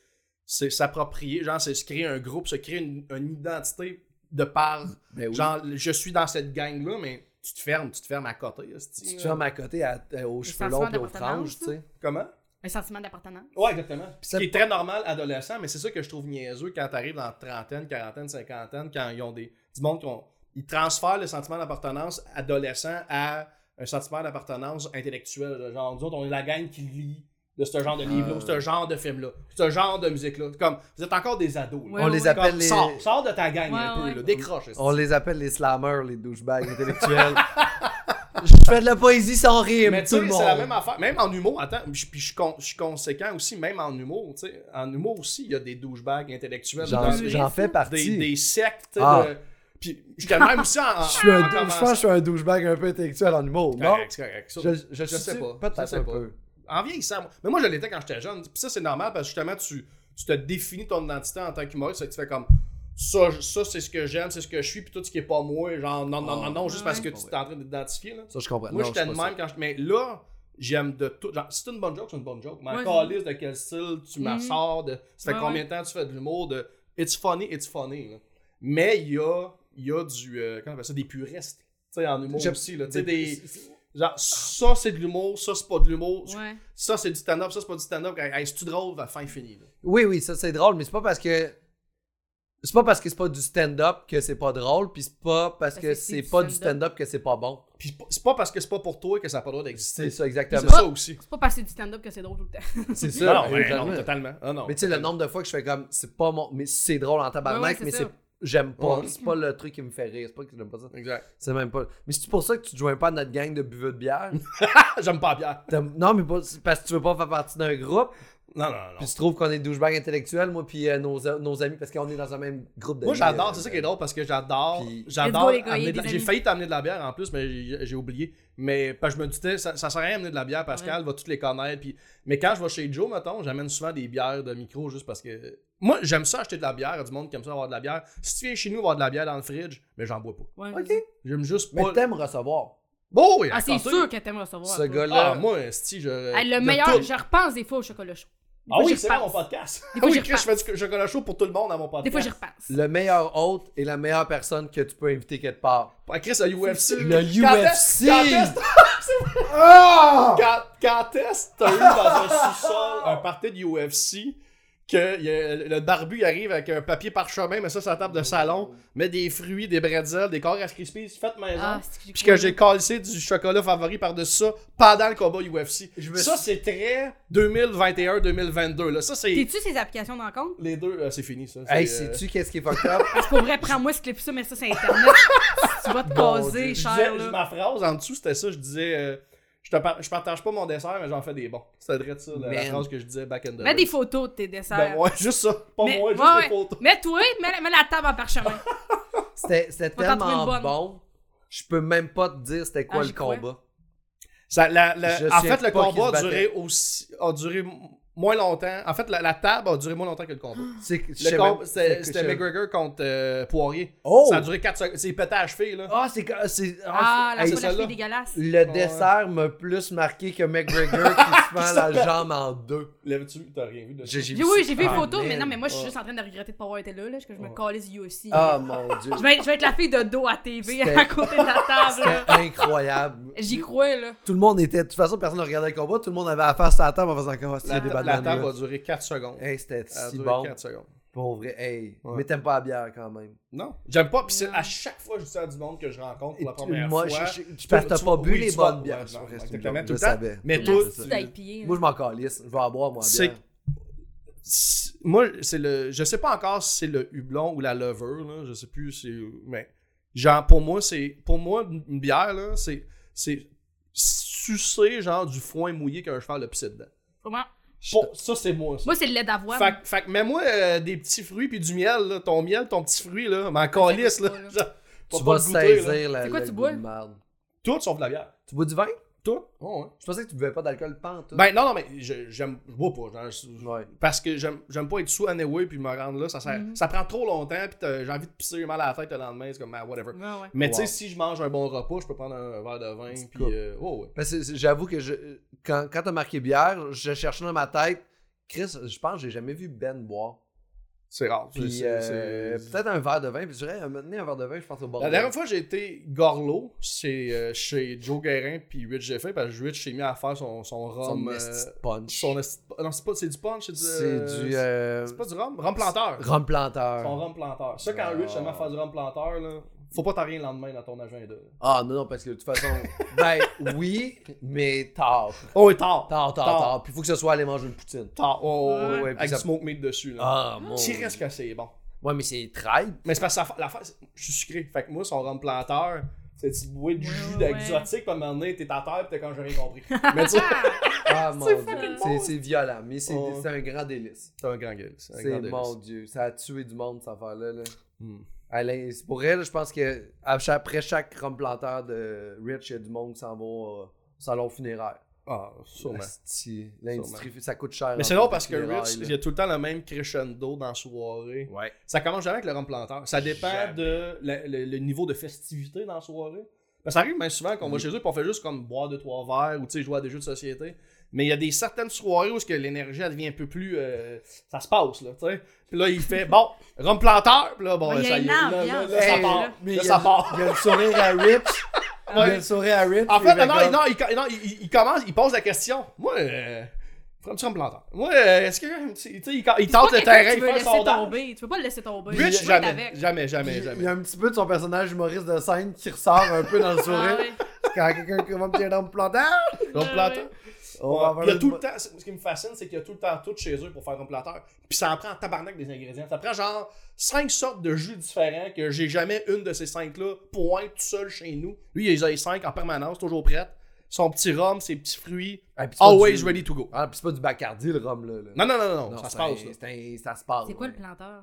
Speaker 6: c'est s'approprier, genre, c'est se créer un groupe, se créer une, une identité de par,
Speaker 5: Ben oui.
Speaker 6: genre, je suis dans cette gang-là, mais tu te fermes, tu te fermes à côté. hostie,
Speaker 5: Tu
Speaker 6: là.
Speaker 5: te fermes à côté à- à- aux cheveux longs et
Speaker 7: sentiment
Speaker 5: aux franges,
Speaker 7: d'appartenance,
Speaker 5: tu sais.
Speaker 6: Comment?
Speaker 7: Un sentiment d'appartenance.
Speaker 6: Ouais, exactement. Puis ce
Speaker 5: Ça-
Speaker 6: qui est très normal adolescent, mais c'est ça que je trouve niaiseux quand t'arrives dans la trentaine, quarantaine, cinquantaine, quand ils ont des. Du monde qui ont- Ils transfèrent le sentiment d'appartenance adolescent à un sentiment d'appartenance intellectuelle. là. Genre, nous autres, on est la gang qui lit de ce genre de livre-là, ou ce genre de film-là, ce genre de musique-là. C'est Comme, vous êtes encore des ados. là.
Speaker 7: Ouais,
Speaker 5: on
Speaker 7: ouais,
Speaker 5: les
Speaker 7: ouais.
Speaker 6: Comme,
Speaker 5: appelle les.
Speaker 6: sors, sors de ta gang
Speaker 7: Ouais,
Speaker 6: un peu,
Speaker 7: ouais.
Speaker 6: là, décroche.
Speaker 5: On
Speaker 6: esti.
Speaker 5: les appelle les slammers, les douchebags intellectuels. je fais de la poésie sans rime,
Speaker 6: Mais tu
Speaker 5: tout le
Speaker 6: sais,
Speaker 5: monde.
Speaker 6: c'est la même affaire. Même en humour, attends, puis je- puis je suis con- je suis conséquent aussi, même en humour, tu sais. En humour aussi, il y a des douchebags intellectuels.
Speaker 5: J'en-
Speaker 6: dans-
Speaker 5: J'en fais
Speaker 6: des,
Speaker 5: partie.
Speaker 6: des sectes. tu sais,
Speaker 5: Ah.
Speaker 6: de- Puis j'étais même aussi en. en-
Speaker 5: Je suis un
Speaker 6: en
Speaker 5: dou- je pense
Speaker 6: commençant-
Speaker 5: que je suis un douchebag un peu intellectuel en humour.
Speaker 6: C'est
Speaker 5: Non,
Speaker 6: correct, c'est correct. Ça,
Speaker 5: je, je,
Speaker 6: je sais
Speaker 5: sais
Speaker 6: pas,
Speaker 5: pas.
Speaker 6: je
Speaker 5: Peut-être
Speaker 6: sais
Speaker 5: un
Speaker 6: pas.
Speaker 5: peu.
Speaker 6: En vieillissant, moi- mais moi je l'étais quand j'étais jeune. Puis ça, c'est normal parce que justement, tu, tu te définis ton identité en tant qu'humoriste. fait que Tu fais comme ça, je- ça c'est ce que j'aime, c'est ce que je suis, puis tout ce qui est pas moi, genre non, non, non, non, juste
Speaker 7: Ouais.
Speaker 6: parce que
Speaker 5: Pas
Speaker 6: tu
Speaker 5: vrai.
Speaker 6: t'es en train d'identifier. là.
Speaker 5: Ah, Ça, je comprends.
Speaker 6: Moi,
Speaker 5: Non,
Speaker 6: j'étais
Speaker 5: je
Speaker 6: de
Speaker 5: suis pas
Speaker 6: même quand je. Mais là, j'aime de tout. Genre, si c'est une bonne joke, c'est une bonne joke. Mais
Speaker 7: Ouais,
Speaker 6: encore liste de quel style tu m'en
Speaker 7: Mhm.
Speaker 6: sors, de. Ça fait
Speaker 7: Ouais,
Speaker 6: combien de temps tu fais de l'humour, de. It's funny, it's funny. là. Mais il y a, il y a du. euh, comment on appelle ça Des puristes. Tu sais, en humour
Speaker 5: J'aime-
Speaker 6: aussi, là. Tu sais,
Speaker 5: des-
Speaker 6: des. Genre, ça c'est de l'humour, ça c'est pas de l'humour.
Speaker 7: Ouais.
Speaker 6: Ça c'est du stand-up, ça c'est pas du stand-up. Hey, hey, c'est-tu drôle, à fin fini. là.
Speaker 5: Oui, oui, ça c'est drôle, mais c'est pas parce que. C'est pas parce que c'est pas du stand-up que c'est pas drôle, puis c'est pas parce que c'est
Speaker 7: du
Speaker 5: pas du
Speaker 7: stand-up.
Speaker 5: stand-up que c'est pas bon.
Speaker 6: Puis c'est pas- c'est pas parce que c'est pas pour toi que ça a pas le droit d'exister.
Speaker 5: C'est ça,
Speaker 6: C'est
Speaker 5: exactement.
Speaker 6: ça aussi.
Speaker 7: C'est pas parce que c'est du stand-up que c'est drôle tout le temps.
Speaker 5: C'est
Speaker 6: Non,
Speaker 5: ça.
Speaker 6: non, ouais, non,
Speaker 5: exactement.
Speaker 6: totalement. Ah, non.
Speaker 5: mais tu sais, le nombre de fois que je fais comme, c'est pas mon. Mais c'est drôle en tabarnak,
Speaker 7: Ouais, ouais, c'est
Speaker 5: mais
Speaker 7: ça.
Speaker 5: c'est. J'aime pas.
Speaker 6: Ouais.
Speaker 5: C'est pas le truc qui me fait rire. C'est pas que j'aime pas ça.
Speaker 6: Exact.
Speaker 5: C'est même pas. Mais c'est pour ça que tu te joins pas à notre gang de buveux de bière.
Speaker 6: Ah, J'aime pas la bière.
Speaker 5: T'as- non, mais pas- c'est parce que tu veux pas faire partie d'un groupe.
Speaker 6: Non, non, non.
Speaker 5: Puis tu trouves qu'on est douchebags intellectuels, moi, puis euh, nos, nos amis, parce qu'on est dans un même groupe d'amis.
Speaker 6: Moi j'adore, c'est
Speaker 5: euh,
Speaker 6: ça qui est drôle parce que j'adore.
Speaker 5: Puis-
Speaker 6: J'adore.
Speaker 7: Let's go, les gars,
Speaker 6: amener de
Speaker 7: il y a
Speaker 6: la-
Speaker 7: des
Speaker 6: J'ai
Speaker 7: amis.
Speaker 6: failli t'amener de la bière en plus, mais j'ai j'ai oublié. Mais parce que je me disais, ça, ça sert à rien d'amener de la bière, Pascal va toutes les connaître. Puis... Mais quand je vais chez Joe, mettons, j'amène souvent des bières de micro juste parce que. Moi, j'aime ça acheter de la bière, il y a du monde qui aime ça avoir de la bière. Si tu viens chez nous avoir de la bière dans le fridge, mais j'en bois pas.
Speaker 7: Ouais,
Speaker 5: Ok.
Speaker 7: vas-y.
Speaker 6: J'aime juste
Speaker 5: Mais
Speaker 6: pas.
Speaker 5: t'aimes recevoir.
Speaker 6: Bon, oui,
Speaker 7: Ah, c'est
Speaker 6: raconte-le.
Speaker 7: sûr que t'aimes recevoir.
Speaker 5: Ce
Speaker 7: toi.
Speaker 5: gars-là.
Speaker 6: Ah, moi, si je.
Speaker 7: Hey, le
Speaker 6: de
Speaker 7: meilleur,
Speaker 6: tout.
Speaker 7: je repense des fois au chocolat chaud. Des
Speaker 6: Ah
Speaker 7: fois,
Speaker 6: oui,
Speaker 7: j'y
Speaker 6: c'est vrai, mon
Speaker 7: repense.
Speaker 6: podcast.
Speaker 7: Des
Speaker 6: Ah
Speaker 7: fois,
Speaker 6: oui,
Speaker 7: j'y
Speaker 6: Chris, je
Speaker 7: repense.
Speaker 6: fais du chocolat chaud pour tout le monde à mon podcast.
Speaker 7: Des fois, j'y repense.
Speaker 5: Le meilleur hôte est la meilleure personne que tu peux inviter quelque part.
Speaker 6: Ah, Chris, à UFC.
Speaker 5: Le
Speaker 6: Quand est-ce-
Speaker 5: UFC!
Speaker 6: quand est-ce-
Speaker 5: Ah!
Speaker 6: Quand, quand est-ce que t'as eu dans un sous-sol un party de UFC que y a- le barbu il arrive avec un papier parchemin, mais ça, c'est la table de salon, met des fruits, des bretzels, des corps à crispy, fait maison.
Speaker 7: Ah, c'est que j'ai
Speaker 6: puis que
Speaker 7: couru.
Speaker 6: j'ai calcé du chocolat favori par-dessus ça pendant le combat UFC.
Speaker 5: Je me
Speaker 6: Ça,
Speaker 5: suis-
Speaker 6: c'est très 2021-2022. là. Ça, c'est.
Speaker 7: T'es-tu ces applications de rencontre?
Speaker 6: Les deux, euh, c'est fini, ça.
Speaker 5: Hey,
Speaker 6: C'est, euh,
Speaker 5: sais-tu qu'est-ce qui est fucked up?
Speaker 7: Parce Ah, pour vrai, prends-moi ce clip ça, mais ça, c'est Internet. tu vas te
Speaker 5: Bon
Speaker 7: caser,
Speaker 5: Dieu,
Speaker 6: je
Speaker 7: cher,
Speaker 6: disais-
Speaker 7: là.
Speaker 6: ma phrase en dessous, c'était ça. Je disais, euh, je, te par- je partage pas mon dessert, mais j'en fais des bons. C'était vrai de ça, la, la
Speaker 5: Man.
Speaker 6: phrase que je disais back in the
Speaker 7: Mets
Speaker 6: day.
Speaker 7: des photos de tes desserts.
Speaker 6: Ben ouais, juste ça. Pas
Speaker 7: Mais-
Speaker 6: moi, juste
Speaker 7: ouais,
Speaker 6: les photos.
Speaker 7: Mets-toi, mets, mets la table en parchemin.
Speaker 5: C'était c'était
Speaker 7: Va t'en trouver une
Speaker 5: tellement
Speaker 7: bonne.
Speaker 5: bon, je peux même pas te dire c'était quoi
Speaker 7: Ah,
Speaker 5: le
Speaker 7: j'y crois.
Speaker 5: combat.
Speaker 6: Ça, la- la-
Speaker 5: Je
Speaker 6: en
Speaker 5: sais
Speaker 6: fait, le
Speaker 5: pas qui
Speaker 6: combat a
Speaker 5: se
Speaker 6: duré, aussi, a duré m- moins longtemps. En fait, la, la table a duré moins longtemps que le combat.
Speaker 5: C'est que- je sais
Speaker 6: Le combat,
Speaker 5: même-
Speaker 6: c'était
Speaker 5: c'est
Speaker 6: c'était
Speaker 5: que je-
Speaker 6: McGregor contre euh, Poirier.
Speaker 5: Oh!
Speaker 6: Ça a duré 4 secondes. C'est pété à la cheville, là.
Speaker 5: Ah, c'est... que- c'est-
Speaker 7: Ah,
Speaker 5: ah,
Speaker 7: la
Speaker 5: c'est-
Speaker 7: hey,
Speaker 5: hey,
Speaker 6: celle-là.
Speaker 7: est dégueulasse.
Speaker 5: le dessert m'a plus marqué que McGregor qui se fend la jambe en deux.
Speaker 6: L'avais-tu T'as rien vu de ça?
Speaker 5: J'ai- j'ai
Speaker 7: Oui, oui,
Speaker 5: ça.
Speaker 7: j'ai vu les
Speaker 5: Ah,
Speaker 7: photos, mais
Speaker 5: man.
Speaker 7: non, mais moi, je suis
Speaker 6: Ouais.
Speaker 7: juste en train de regretter de pas avoir été là, là, parce que je me
Speaker 6: Ouais.
Speaker 7: calais du UFC.
Speaker 5: Ah, mon Dieu.
Speaker 7: Je vais, être- je vais être la fille de dos à TV
Speaker 5: C'était-
Speaker 7: à côté de la table,
Speaker 5: C'était
Speaker 7: là.
Speaker 5: incroyable.
Speaker 7: J'y crois, là.
Speaker 5: Tout le monde était. De toute façon, personne ne regardait le combat. Tout le monde avait affaire sur la table en faisant comme Ah, c'est
Speaker 6: La,
Speaker 5: des
Speaker 6: la
Speaker 5: bananes.
Speaker 6: table
Speaker 5: là.
Speaker 6: a duré 4 secondes.
Speaker 5: Hey, c'était
Speaker 6: Elle a
Speaker 5: Eh, si
Speaker 6: duré
Speaker 5: bon.
Speaker 6: 4 secondes.
Speaker 5: Pour vrai. Hey,
Speaker 6: Ouais.
Speaker 5: mais t'aimes pas la bière quand même.
Speaker 6: Non. J'aime pas. Puis c'est
Speaker 7: Non.
Speaker 6: à chaque fois je dis ça à du monde que je rencontre pour la
Speaker 5: Et
Speaker 6: première
Speaker 5: moi,
Speaker 6: fois.
Speaker 5: je- je- parce que t'as
Speaker 6: tu
Speaker 5: pas
Speaker 6: vas-
Speaker 5: bu
Speaker 6: oui,
Speaker 5: les
Speaker 6: tu vas-
Speaker 5: bonnes bières.
Speaker 6: ouais,
Speaker 5: Je
Speaker 6: non,
Speaker 5: reste une
Speaker 6: exactement,
Speaker 5: joke,
Speaker 6: tout
Speaker 5: je
Speaker 6: le temps.
Speaker 5: savais.
Speaker 6: Mais
Speaker 5: Je
Speaker 7: La
Speaker 6: toi-
Speaker 5: savais ça.
Speaker 7: petite IPA, là.
Speaker 5: Moi, je m'en calisse. Je vais en boire, moi, la
Speaker 6: C'est-
Speaker 5: bière.
Speaker 6: C'est- Moi, c'est le. Je sais pas encore si c'est le Hublon ou la Lover, là. Je sais plus c'est. Mais. Genre, pour moi, c'est. Pour moi, une une bière, là, c'est. C'est sucer, genre, du foin mouillé qu'un cheval a pissé dedans.
Speaker 7: Comment?
Speaker 6: Bon, ça, c'est moi, ça.
Speaker 7: Moi, c'est le lait d'avoine.
Speaker 6: Fait, que- fait que mets-moi euh, des petits fruits puis du miel, là. Ton miel, ton petit fruit, là. M'en calisse, là.
Speaker 7: pas, là.
Speaker 6: Genre, faut
Speaker 5: Tu
Speaker 6: pas
Speaker 5: vas
Speaker 6: le goûter, là.
Speaker 5: saisir la.
Speaker 7: C'est quoi,
Speaker 5: le
Speaker 7: tu
Speaker 5: goût
Speaker 7: bois?
Speaker 5: de merde.
Speaker 6: Tout sauf de la bière.
Speaker 5: Tu bois du vin
Speaker 6: Tout. Oh, ouais.
Speaker 5: Je pensais que tu buvais pas d'alcool pantoute.
Speaker 6: Ben non, non, mais je- j'aime. Je bois pas. genre, je- je-
Speaker 5: Ouais.
Speaker 6: Parce que j'aime j'aime pas être sous anyway puis me rendre là. Ça, sert- ça prend trop longtemps puis t'as- j'ai envie de pisser j'ai mal à la tête le lendemain. C'est comme, ah, whatever.
Speaker 7: Ouais, ouais.
Speaker 6: Mais tu sais,
Speaker 5: Wow.
Speaker 6: si je mange un bon repas, je peux prendre un verre de vin.
Speaker 5: Petite
Speaker 6: Puis,
Speaker 5: coupe.
Speaker 6: euh, oh, ouais.
Speaker 5: Parce que c'est- j'avoue que je, quand, quand t'as marqué bière, je cherchais dans ma tête. Chris, je pense que j'ai jamais vu Ben boire.
Speaker 6: C'est rare. C'est-
Speaker 5: Puis
Speaker 6: c'est-
Speaker 5: euh,
Speaker 6: c'est-
Speaker 5: peut-être un verre de vin. Puis je dirais, maintenant un verre de vin, je pense au bord.
Speaker 6: La dernière fois, j'ai été gorlo chez, euh, chez Joe Guérin puis Rich Jeffrey parce que Rich s'est mis à faire son, son rhum.
Speaker 5: Son
Speaker 6: euh,
Speaker 5: esti de punch.
Speaker 6: son esti- Non, c'est pas c'est du punch, c'est du.
Speaker 5: C'est
Speaker 6: euh,
Speaker 5: du. Euh,
Speaker 6: C'est pas du rhum, rhum planteur.
Speaker 5: rhum
Speaker 6: Son
Speaker 5: planteur.
Speaker 6: rhum planteur. Ça, quand
Speaker 5: Ah.
Speaker 6: Rich aime faire du rhum planteur, là, faut pas t'en rien le lendemain dans ton agenda.
Speaker 5: Ah non, non, parce que de toute façon. ben oui, mais tard.
Speaker 6: Oh, et tard!
Speaker 5: Tard, tard,
Speaker 6: Tard.
Speaker 5: tard. Puis il faut que ce soit aller manger une poutine.
Speaker 6: Tard! Oh, oh, oh,
Speaker 5: Ouais, ouais, puis
Speaker 6: avec
Speaker 5: ça-
Speaker 6: du smoke meat dessus. Là.
Speaker 5: Ah mon.
Speaker 6: Si reste que c'est bon.
Speaker 5: Ouais, mais c'est trail.
Speaker 6: Mais c'est parce que la fa- la fa- je suis sucré. Fait que moi, son rhum planteur, c'est une petite bouée de
Speaker 7: Ouais,
Speaker 6: jus
Speaker 7: ouais,
Speaker 6: d'exotique, puis à un moment donné, t'es à terre, pis t'es comme j'ai rien compris. Mais tu sais,
Speaker 5: Ah mon
Speaker 7: fucking
Speaker 5: dieu.
Speaker 7: bon.
Speaker 5: C'est- C'est violent, mais c'est
Speaker 6: Oh.
Speaker 5: c'est un grand délice.
Speaker 6: c'est un grand gueule. un grand
Speaker 5: C'est
Speaker 6: délice.
Speaker 5: mon dieu. Ça a tué du monde, cette affaire-là. Là.
Speaker 6: Hmm.
Speaker 5: Alain, c'est pour elle, je pense que à chaque- après chaque rhum planteur de Rich, il y a du monde qui s'en va au salon funéraire.
Speaker 6: Ah, sûrement.
Speaker 5: Asti, L'industrie, ça coûte cher.
Speaker 6: Mais
Speaker 5: en
Speaker 6: Ah, c'est drôle
Speaker 5: fait,
Speaker 6: parce que
Speaker 5: les
Speaker 6: Rich,
Speaker 5: funérailles,
Speaker 6: il y a tout le temps le même crescendo dans la soirée.
Speaker 5: Ouais.
Speaker 6: Ça commence jamais avec le rhum planteur. Ça dépend
Speaker 5: Jamais.
Speaker 6: de la- le, le niveau de festivité dans la soirée. Parce que ça arrive bien souvent qu'on va
Speaker 5: Oui.
Speaker 6: chez eux et on fait juste comme boire deux, trois verres ou tu sais, jouer à des jeux de société. Mais il y a des certaines soirées où est-ce que l'énergie elle devient un peu plus. euh, ça se passe, là, tu sais. Puis là, il fait bon, rhum planteur. Puis là, bon,
Speaker 7: Ouais, il y a
Speaker 6: ça y est.
Speaker 7: une
Speaker 6: Là, là,
Speaker 7: ambiance,
Speaker 6: là, ça
Speaker 7: là.
Speaker 6: part.
Speaker 5: Mais
Speaker 6: Là,
Speaker 5: il y
Speaker 6: ça
Speaker 5: a-
Speaker 6: part.
Speaker 5: Il y a le sourire à Rich. Il y a
Speaker 6: Ouais.
Speaker 5: le sourire à Rich.
Speaker 6: En
Speaker 5: puis il
Speaker 6: fait,
Speaker 5: fait
Speaker 6: non,
Speaker 5: comme-
Speaker 6: non, il, non, il, il- il commence, il pose la question. Moi, euh, prends un planteur. Moi, euh, est-ce que. Tu sais, il, il
Speaker 7: Pas
Speaker 6: tente le
Speaker 7: quelqu'un que
Speaker 6: terrain,
Speaker 7: Tu
Speaker 6: il
Speaker 7: veux
Speaker 6: fait un
Speaker 7: laisser
Speaker 6: sondage.
Speaker 7: tomber. Tu peux pas le laisser tomber.
Speaker 6: Rich,
Speaker 7: Tu veux être
Speaker 6: jamais,
Speaker 7: avec.
Speaker 6: jamais, jamais,
Speaker 5: Il- Il
Speaker 6: Ah, jamais.
Speaker 5: y a un petit peu de son personnage humoriste de scène qui ressort un peu dans le
Speaker 7: Ah
Speaker 5: sourire.
Speaker 7: ouais.
Speaker 5: Quand quelqu'un qui va me tirer dans le planteur,
Speaker 6: Rhum
Speaker 7: Ouais,
Speaker 6: planteur.
Speaker 7: ouais.
Speaker 5: on
Speaker 6: Ouais,
Speaker 5: va avoir
Speaker 6: puis il y a
Speaker 5: le-
Speaker 6: tout le temps, c'est- ce qui me fascine, c'est qu'il y a tout le temps tout chez eux pour faire un planteur. Puis ça en prend en tabarnak des ingrédients. Ça prend genre cinq sortes de jus différents que j'ai jamais une de ces cinq-là point tout seul chez nous. Lui, il les a les cinq en permanence, toujours prêtes. Son petit rhum, ses petits fruits,
Speaker 5: Ah, puis c'est pas
Speaker 6: always
Speaker 5: du-
Speaker 6: ready to go.
Speaker 5: Ah, puis c'est pas du bacardi le rhum, là. là.
Speaker 6: Non, non, non, non, non,
Speaker 5: Non,
Speaker 6: ça se
Speaker 5: c'est
Speaker 6: passe.
Speaker 5: un-
Speaker 6: là.
Speaker 5: c'est un- Ça se passe.
Speaker 7: C'est quoi le
Speaker 5: ouais.
Speaker 7: planteur?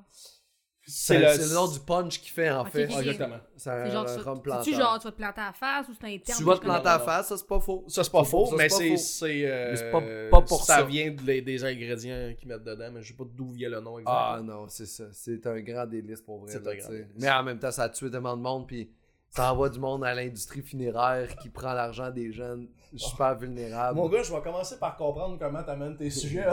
Speaker 5: C'est
Speaker 6: C'est
Speaker 5: le, c'est le nom du punch qu'il fait, en
Speaker 7: Ok,
Speaker 5: fait.
Speaker 7: ok.
Speaker 6: Ouais, Exactement.
Speaker 5: C'est un
Speaker 7: C'est genre,
Speaker 5: rhum
Speaker 7: tu vas-
Speaker 5: planteur.
Speaker 7: c'est-tu genre, tu vas te planter à la face ou c'est un terme?
Speaker 5: Tu vas te
Speaker 6: connais
Speaker 5: planter à
Speaker 6: pas.
Speaker 5: face, ça c'est pas faux.
Speaker 6: Ça, c'est pas faux,
Speaker 5: Ça, c'est
Speaker 6: mais
Speaker 5: pas
Speaker 6: c'est.
Speaker 5: faux.
Speaker 6: c'est, euh,
Speaker 5: Mais c'est pas- pas pour ça.
Speaker 6: vient de les- des ingrédients qu'ils mettent dedans, mais je sais pas d'où vient le nom exact.
Speaker 5: Ah non, c'est ça. C'est un grand délice pour vrai.
Speaker 6: C'est
Speaker 5: là,
Speaker 6: un grand
Speaker 5: tu sais.
Speaker 6: délice.
Speaker 5: Mais en même temps, ça a tué tellement de monde, puis ça envoie du monde à l'industrie funéraire qui prend l'argent des jeunes super vulnérables.
Speaker 6: Mon gars, je vais commencer par comprendre comment t'amènes tes sujets.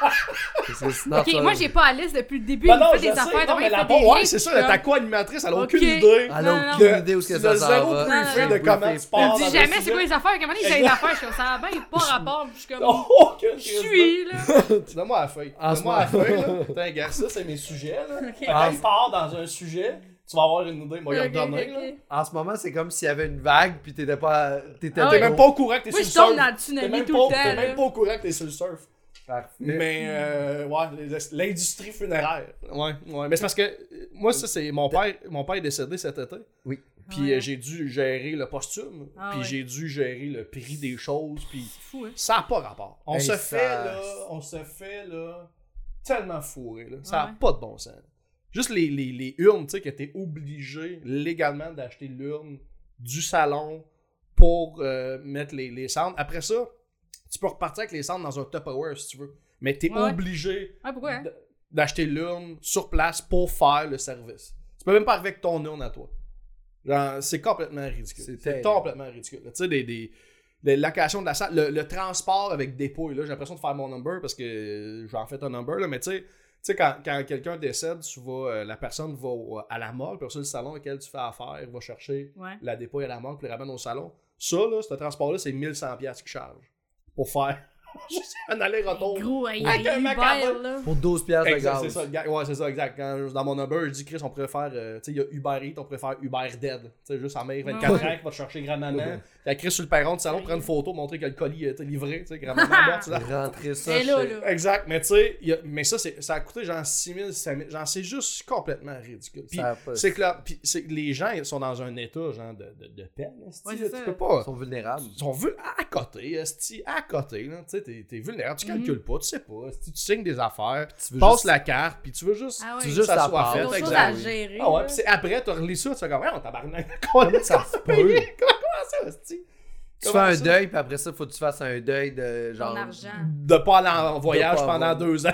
Speaker 5: Parce que sinon,
Speaker 7: Ok,
Speaker 5: ça-
Speaker 7: moi j'ai pas Alice depuis le début.
Speaker 6: Ben
Speaker 7: il
Speaker 6: non,
Speaker 7: fait
Speaker 6: je
Speaker 7: des
Speaker 6: sais,
Speaker 7: affaires,
Speaker 6: non,
Speaker 7: t'as
Speaker 6: mais
Speaker 7: pas
Speaker 6: la
Speaker 7: fait des
Speaker 6: bon, ouais,
Speaker 7: rites,
Speaker 6: c'est ça,
Speaker 7: comme-
Speaker 6: ta co-animatrice, elle a
Speaker 7: Ok. Ah,
Speaker 6: aucune idée.
Speaker 5: Elle
Speaker 7: Non,
Speaker 5: a
Speaker 7: non,
Speaker 5: aucune
Speaker 6: non.
Speaker 5: idée Ah, où ce que
Speaker 6: Tu
Speaker 5: ça
Speaker 6: l'as
Speaker 5: s'en
Speaker 6: zéro
Speaker 5: va.
Speaker 6: briefé
Speaker 5: J'ai
Speaker 6: de comment
Speaker 5: briefé
Speaker 6: tu parles.
Speaker 7: Je
Speaker 6: dans
Speaker 7: dis
Speaker 6: le
Speaker 7: jamais
Speaker 6: sujet.
Speaker 7: c'est quoi les affaires. Quand j'ai des affaires, je suis comme ça, ben, il est pas rapport. puis Je suis comme.
Speaker 6: Aucune
Speaker 7: Je
Speaker 6: crise
Speaker 7: suis là.
Speaker 6: de- Donne-moi la feuille.
Speaker 5: En ce
Speaker 6: Donne-moi la feuille, là. Putain, gars, ça, c'est mes sujets, là. Fait que Quand
Speaker 5: Ah.
Speaker 6: je pars dans un sujet, tu vas avoir une idée. Moi,
Speaker 7: Ok,
Speaker 6: il donner,
Speaker 7: ok,
Speaker 6: là.
Speaker 7: ok.
Speaker 5: En ce moment, c'est comme s'il y avait une vague, puis t'étais pas. T'étais
Speaker 7: Ah
Speaker 6: T'es
Speaker 7: ouais.
Speaker 6: même pas au courant que t'es sur
Speaker 7: Moi,
Speaker 6: le
Speaker 7: je tombe
Speaker 6: surf.
Speaker 7: dans le
Speaker 6: T'es
Speaker 7: tsunami
Speaker 6: même
Speaker 7: tout le
Speaker 6: pas-
Speaker 7: temps.
Speaker 6: t'es même
Speaker 7: là.
Speaker 6: pas au courant que t'es sur le surf.
Speaker 5: Parfait.
Speaker 6: Mais, euh, ouais, les- l'industrie funéraire. Ouais, ouais. Mais c'est parce que, euh, moi, ça, c'est mon père. Mon père est décédé cet été.
Speaker 5: Oui.
Speaker 6: Puis
Speaker 7: Ouais.
Speaker 6: euh, j'ai dû gérer le posthume.
Speaker 7: Ah
Speaker 6: puis
Speaker 7: ouais.
Speaker 6: j'ai dû gérer le prix des choses. Puis
Speaker 7: C'est fou, hein.
Speaker 6: ça n'a pas rapport. On
Speaker 5: Hey,
Speaker 6: se
Speaker 5: ça-
Speaker 6: fait, là, on se fait, là, tellement fourré, là. Ça n'a
Speaker 7: Ouais.
Speaker 6: pas de bon sens. Juste les, les, les urnes, tu sais, que t'es obligé légalement d'acheter l'urne du salon pour euh, mettre les, les cendres. Après ça, tu peux repartir avec les cendres dans un Tupperware, si tu veux. Mais t'es
Speaker 7: Ouais, ouais.
Speaker 6: obligé
Speaker 7: Ah, pourquoi, hein?
Speaker 6: d- d'acheter l'urne sur place pour faire le service. Tu peux même pas arriver avec ton urne à toi. Genre, c'est complètement ridicule.
Speaker 5: C'est
Speaker 6: C'est
Speaker 5: terrible.
Speaker 6: complètement ridicule. Tu sais, des, des, des locations de la salle, le, le transport avec dépouille, là, j'ai l'impression de faire mon number parce que euh, j'en fais un number, là, mais tu sais, tu sais, quand, quand quelqu'un décède, tu vas, euh, la personne va au- à la morgue, puis ça, le salon auquel tu fais affaire va chercher
Speaker 7: Ouais.
Speaker 6: la dépouille à la morgue, puis la ramène au salon. Ça, là, ce transport-là, c'est 1100$ qu'ils chargent pour faire juste un aller-retour.
Speaker 7: Gros, hein, il y
Speaker 6: Avec
Speaker 7: a
Speaker 6: un
Speaker 7: eu
Speaker 6: mec en
Speaker 7: Uber,
Speaker 6: bas.
Speaker 7: là.
Speaker 5: Pour 12 piastres de
Speaker 6: Exact,
Speaker 5: gaz.
Speaker 6: c'est ça, le gars. Ouais, c'est ça, exact. Quand je- dans mon Uber, je dis, Chris, on préfère, euh, tu sais, il y a Uber Eats, on préfère Uber Dead. Tu sais, juste en mer, 24
Speaker 7: Ouais.
Speaker 6: ans, qui va te chercher grand-maman. Fait que Chris sur le perron du salon, prend une photo, montrer que le colis était livré, tu sais, grand-maman morte, tu sais.
Speaker 5: Rentrer ça.
Speaker 7: C'est Eh, là,
Speaker 5: chez-
Speaker 7: là.
Speaker 6: Exact, mais tu sais, il y a- mais ça, c'est- ça a coûté genre 6 000, 5 000, genre, c'est juste complètement ridicule. Puis,
Speaker 5: Ça a pas-
Speaker 6: c'est que là, puis c'est que les gens, ils sont dans un état, genre, de, de, de peine, esti,
Speaker 7: Ouais,
Speaker 6: là,
Speaker 7: c'est
Speaker 6: tu
Speaker 7: ça.
Speaker 6: peux pas
Speaker 5: Ils sont vulnérables.
Speaker 6: ils sont vul- à côté, esti, à côté, là. Tu sais, t'es, t'es vulnérable,
Speaker 7: Mhm.
Speaker 6: tu calcules pas, tu sais pas, esti, tu signes des affaires,
Speaker 5: tu
Speaker 6: tu
Speaker 5: veux
Speaker 6: passes
Speaker 5: juste-
Speaker 6: la carte, puis tu veux juste,
Speaker 7: Ah ouais.
Speaker 6: tu veux
Speaker 7: Tu veux
Speaker 6: juste que ça
Speaker 5: juste la
Speaker 6: soit
Speaker 5: part.
Speaker 6: fait,
Speaker 5: D'autres
Speaker 7: D'autres choses
Speaker 6: exact.
Speaker 7: à gérer.
Speaker 6: Ah ouais,
Speaker 7: là.
Speaker 6: puis c'est- après, t'as relis ça, tu fais comme, ouais, on tabarnak, comment ça se peut? Comment ça, esti?
Speaker 5: Tu fais
Speaker 6: Comment
Speaker 5: un
Speaker 6: ça?
Speaker 5: deuil, puis après ça, faut que tu fasses un deuil de genre.
Speaker 7: Ton argent.
Speaker 6: De pas aller en voyage
Speaker 5: pas
Speaker 6: pendant
Speaker 5: avoir-
Speaker 6: deux ans.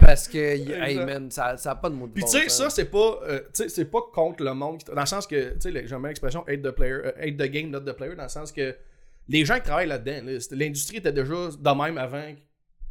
Speaker 5: Parce que, hey
Speaker 6: Exact.
Speaker 5: man, ça n'a pas de mot de
Speaker 6: Puis
Speaker 5: bon
Speaker 6: tu sais,
Speaker 5: sens.
Speaker 6: ça, c'est pas, euh, tu sais, c'est pas contre le monde. qui t- Dans le sens que, tu sais, le- j'aime bien l'expression hate the player, euh, hate the game, not the player, dans le sens que les gens qui travaillent là-dedans, là, c'est- l'industrie était déjà de même avant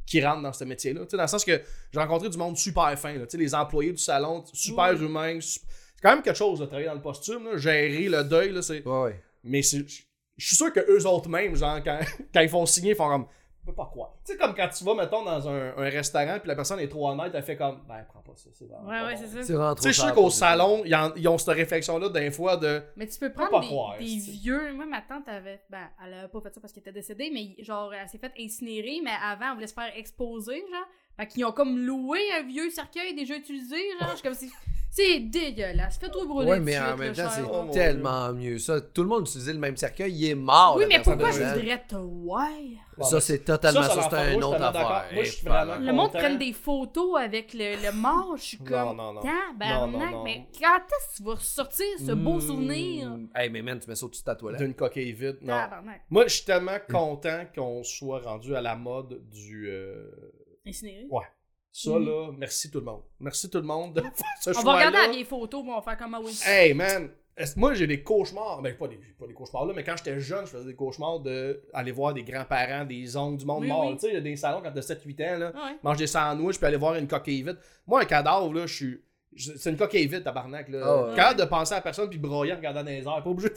Speaker 6: qui rentrent dans ce métier-là. Tu sais, dans le sens que j'ai rencontré du monde super fin, là, tu sais, les employés du salon, super humains. sup- C'est quand même quelque chose de travailler dans le posthume, là, gérer le deuil. Là, c'est...
Speaker 5: Ouais, ouais.
Speaker 6: Mais c'est- je je suis sûr que eux autres mêmes, genre, quand, quand ils font signer, ils font comme. Je peux pas croire. Tu sais, comme quand tu vas, mettons, dans un, un restaurant, puis la personne est trop honnête, elle fait comme. Ben, prends pas ça, c'est vraiment
Speaker 7: Ouais,
Speaker 6: pas
Speaker 7: ouais,
Speaker 6: bon.
Speaker 7: c'est ça.
Speaker 5: Tu rentres
Speaker 6: Tu sais, je suis
Speaker 5: au
Speaker 6: sûr
Speaker 5: char,
Speaker 6: qu'au
Speaker 5: t'as
Speaker 6: salon, ils, en- ils ont cette réflexion-là d'un fois de.
Speaker 7: Mais tu peux
Speaker 6: pas
Speaker 7: prendre des,
Speaker 6: croire,
Speaker 7: des
Speaker 6: c'est-tu.
Speaker 7: vieux. Moi, ma tante avait. Ben, elle a pas fait ça parce qu'elle était décédée, mais genre, elle s'est fait incinérer, mais avant, elle voulait se faire exposer, genre. Fait qu'ils ont comme loué un vieux cercueil déjà utilisé, genre. Je suis comme si. C'est dégueulasse. Fais-toi
Speaker 5: des-
Speaker 7: brûler.
Speaker 5: Ouais,
Speaker 7: tout
Speaker 5: mais
Speaker 7: de
Speaker 5: en
Speaker 7: suite,
Speaker 5: même
Speaker 7: là,
Speaker 5: temps,
Speaker 7: cher.
Speaker 5: c'est
Speaker 6: Oh mon
Speaker 5: tellement mieux. Ça, tout le monde utilisait le même cercueil, il est
Speaker 6: Ah,
Speaker 5: mort.
Speaker 7: Oui,
Speaker 5: la
Speaker 7: mais
Speaker 5: personne
Speaker 7: pourquoi je
Speaker 5: dedans.
Speaker 7: voudrais te ouais?
Speaker 5: Ça, c'est totalement
Speaker 6: Ça,
Speaker 5: ça,
Speaker 6: ça leur
Speaker 5: c'est
Speaker 6: fait
Speaker 5: une
Speaker 6: rouge,
Speaker 5: autre
Speaker 6: tellement d'accord.
Speaker 5: affaire.
Speaker 6: Moi, je suis
Speaker 5: Et
Speaker 6: vraiment-
Speaker 5: voilà.
Speaker 7: Le monde
Speaker 6: Content.
Speaker 7: prenne des photos avec le, le mort, je suis comme.
Speaker 6: Ah, Non, non, non. Non, non,
Speaker 7: Tabarnak,
Speaker 6: non. Hmm,
Speaker 7: mais quand est-ce que tu vas ressortir ce beau souvenir?
Speaker 5: Mm. Hey, mais man, tu mets ça au-dessus de ta toilette.
Speaker 6: D'une coquille vide. Non.
Speaker 7: Tabarnak.
Speaker 6: Moi, je suis tellement content qu'on soit rendu à la mode du. euh,
Speaker 7: Incinéré.
Speaker 6: Ça, là, merci tout le monde. Merci tout le monde de faire ce
Speaker 7: Mm. On va
Speaker 6: choix-là.
Speaker 7: regarder la vieille photo, puis on va faire comme ah à Wilson.
Speaker 6: Hey man, est-ce- moi j'ai des cauchemars, ben pas des, pas des cauchemars là, mais quand j'étais jeune, je faisais des cauchemars de aller voir des grands-parents, des oncles, du monde
Speaker 7: Oui,
Speaker 6: mort.
Speaker 7: oui.
Speaker 6: Tu sais, il y a des salons quand t'as 7-8 ans, là,
Speaker 7: Ah ouais.
Speaker 6: mange des sandwichs, puis aller voir une coquille vide. Moi, un cadavre, là, je suis. je- C'est une coquille vide, tabarnak. Là.
Speaker 5: Ah ouais.
Speaker 6: Capable de penser à la personne puis broyer en regardant dans les airs. Pas obligé de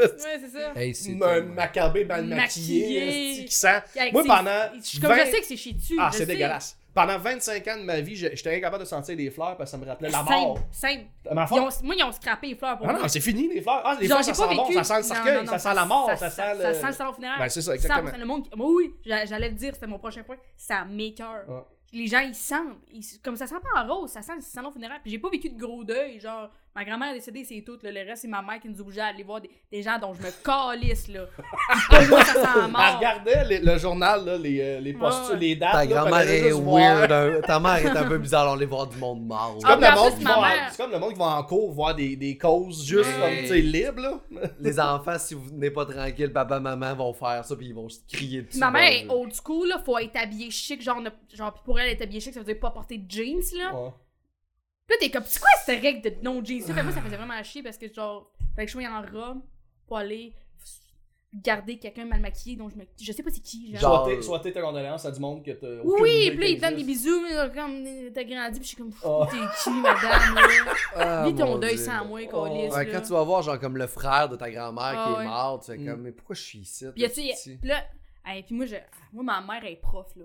Speaker 7: Ouais, c'est ça.
Speaker 5: Hey, c'est
Speaker 6: me
Speaker 5: tellement-
Speaker 6: macaber, mal
Speaker 7: Maquillé.
Speaker 6: maquillé, esti, qui sent.
Speaker 7: Avec
Speaker 6: Moi,
Speaker 7: ses-
Speaker 6: pendant
Speaker 7: Je suis comme
Speaker 6: 20
Speaker 7: je sais que c'est chez tu.
Speaker 6: Ah, c'est
Speaker 7: je sais.
Speaker 6: dégueulasse. Pendant 25 ans de ma vie, je- j'étais incapable de sentir les fleurs parce que ça me rappelait la
Speaker 7: Simple,
Speaker 6: mort.
Speaker 7: simple.
Speaker 6: Ma
Speaker 7: Ils ont- moi, ils ont scrappé les fleurs pour
Speaker 6: Ah
Speaker 7: moi.
Speaker 6: non, c'est fini les fleurs. Ah, les
Speaker 7: Genre,
Speaker 6: fleurs, ça
Speaker 7: j'ai pas
Speaker 6: sent bon,
Speaker 7: vécu.
Speaker 6: ça sent le
Speaker 7: Non,
Speaker 6: cercueil,
Speaker 7: non, non,
Speaker 6: ça sent la mort, ça,
Speaker 7: ça-
Speaker 6: sent le...
Speaker 7: ça sent le salon funéraire.
Speaker 6: Ben, c'est ça,
Speaker 7: 100%
Speaker 6: exactement.
Speaker 7: le monde. qui- Moi, oui, j'a- j'allais le dire, c'était mon prochain point. Ça m'écœure.
Speaker 6: Ouais.
Speaker 7: Les gens, ils sentent. ils- comme ça sent pas en rose, ça sent le salon funéraire. Puis j'ai pas vécu de gros deuil. Genre, ma grand-mère est décédée, c'est tout. là. Le reste, c'est ma mère qui nous obligeait à aller voir des, des gens dont je me calisse, là. Pour moi, ça sent la
Speaker 6: Elle
Speaker 7: mort.
Speaker 6: regardait les- le journal, là, les, euh, les postures,
Speaker 7: Ouais.
Speaker 6: les dates.
Speaker 5: Ta
Speaker 6: là,
Speaker 5: grand-mère
Speaker 6: fallait
Speaker 5: est
Speaker 6: juste voir.
Speaker 5: weird. hein. Ta mère est un peu bizarre. On les voir du monde mort.
Speaker 6: C'est comme,
Speaker 7: Ah,
Speaker 6: le
Speaker 7: mais en
Speaker 6: monde
Speaker 7: plus,
Speaker 6: qui
Speaker 7: ma
Speaker 6: va en-
Speaker 7: mère-
Speaker 6: c'est comme le monde qui va en cours voir des, des causes juste
Speaker 5: Mais-
Speaker 6: comme, tu sais, libres. là.
Speaker 5: Les enfants, si vous n'êtes pas tranquille, papa, maman vont faire ça, puis ils vont se crier dessus. Ben,
Speaker 7: Ma
Speaker 5: Bon,
Speaker 7: mère est
Speaker 5: je-
Speaker 7: old school, là, faut être habillé chic, genre, ne- genre pis pour elle être habillé chic, ça veut dire pas porter de jeans, là.
Speaker 6: Ouais.
Speaker 7: Puis là, t'es comme, c'est quoi cette règle de non jeans? là? Fait que moi, ça faisait vraiment chier parce que, genre, fallait que je sois en robe pour aller garder quelqu'un mal maquillé, donc je me. Je sais pas c'est qui, genre.
Speaker 5: Genre-
Speaker 6: Soit t'es- Soit t'es ta condoléance à du monde que t'as aucune
Speaker 7: oui,
Speaker 6: idée
Speaker 7: pis là,
Speaker 6: qu'il
Speaker 7: il te donne des
Speaker 6: existe.
Speaker 7: bisous, mais genre, comme t'as grandi, pis je suis comme,
Speaker 6: Oh.
Speaker 7: t'es qui, madame, là?
Speaker 5: Ah,
Speaker 7: Vis ton
Speaker 5: mon
Speaker 7: deuil
Speaker 5: Dieu.
Speaker 7: sans moi,
Speaker 6: Oh.
Speaker 7: câlisse,
Speaker 5: Ouais,
Speaker 7: là.
Speaker 5: quand tu vas voir, genre, comme le frère de ta grand-mère
Speaker 7: Ah,
Speaker 5: qui est
Speaker 7: ouais.
Speaker 5: mort, tu fais
Speaker 6: Mm.
Speaker 5: comme, mais pourquoi je suis ici?
Speaker 7: Puis y a-tu- y a-
Speaker 5: petit?
Speaker 7: puis là, hey, puis moi, je, moi, ma mère elle est prof, là.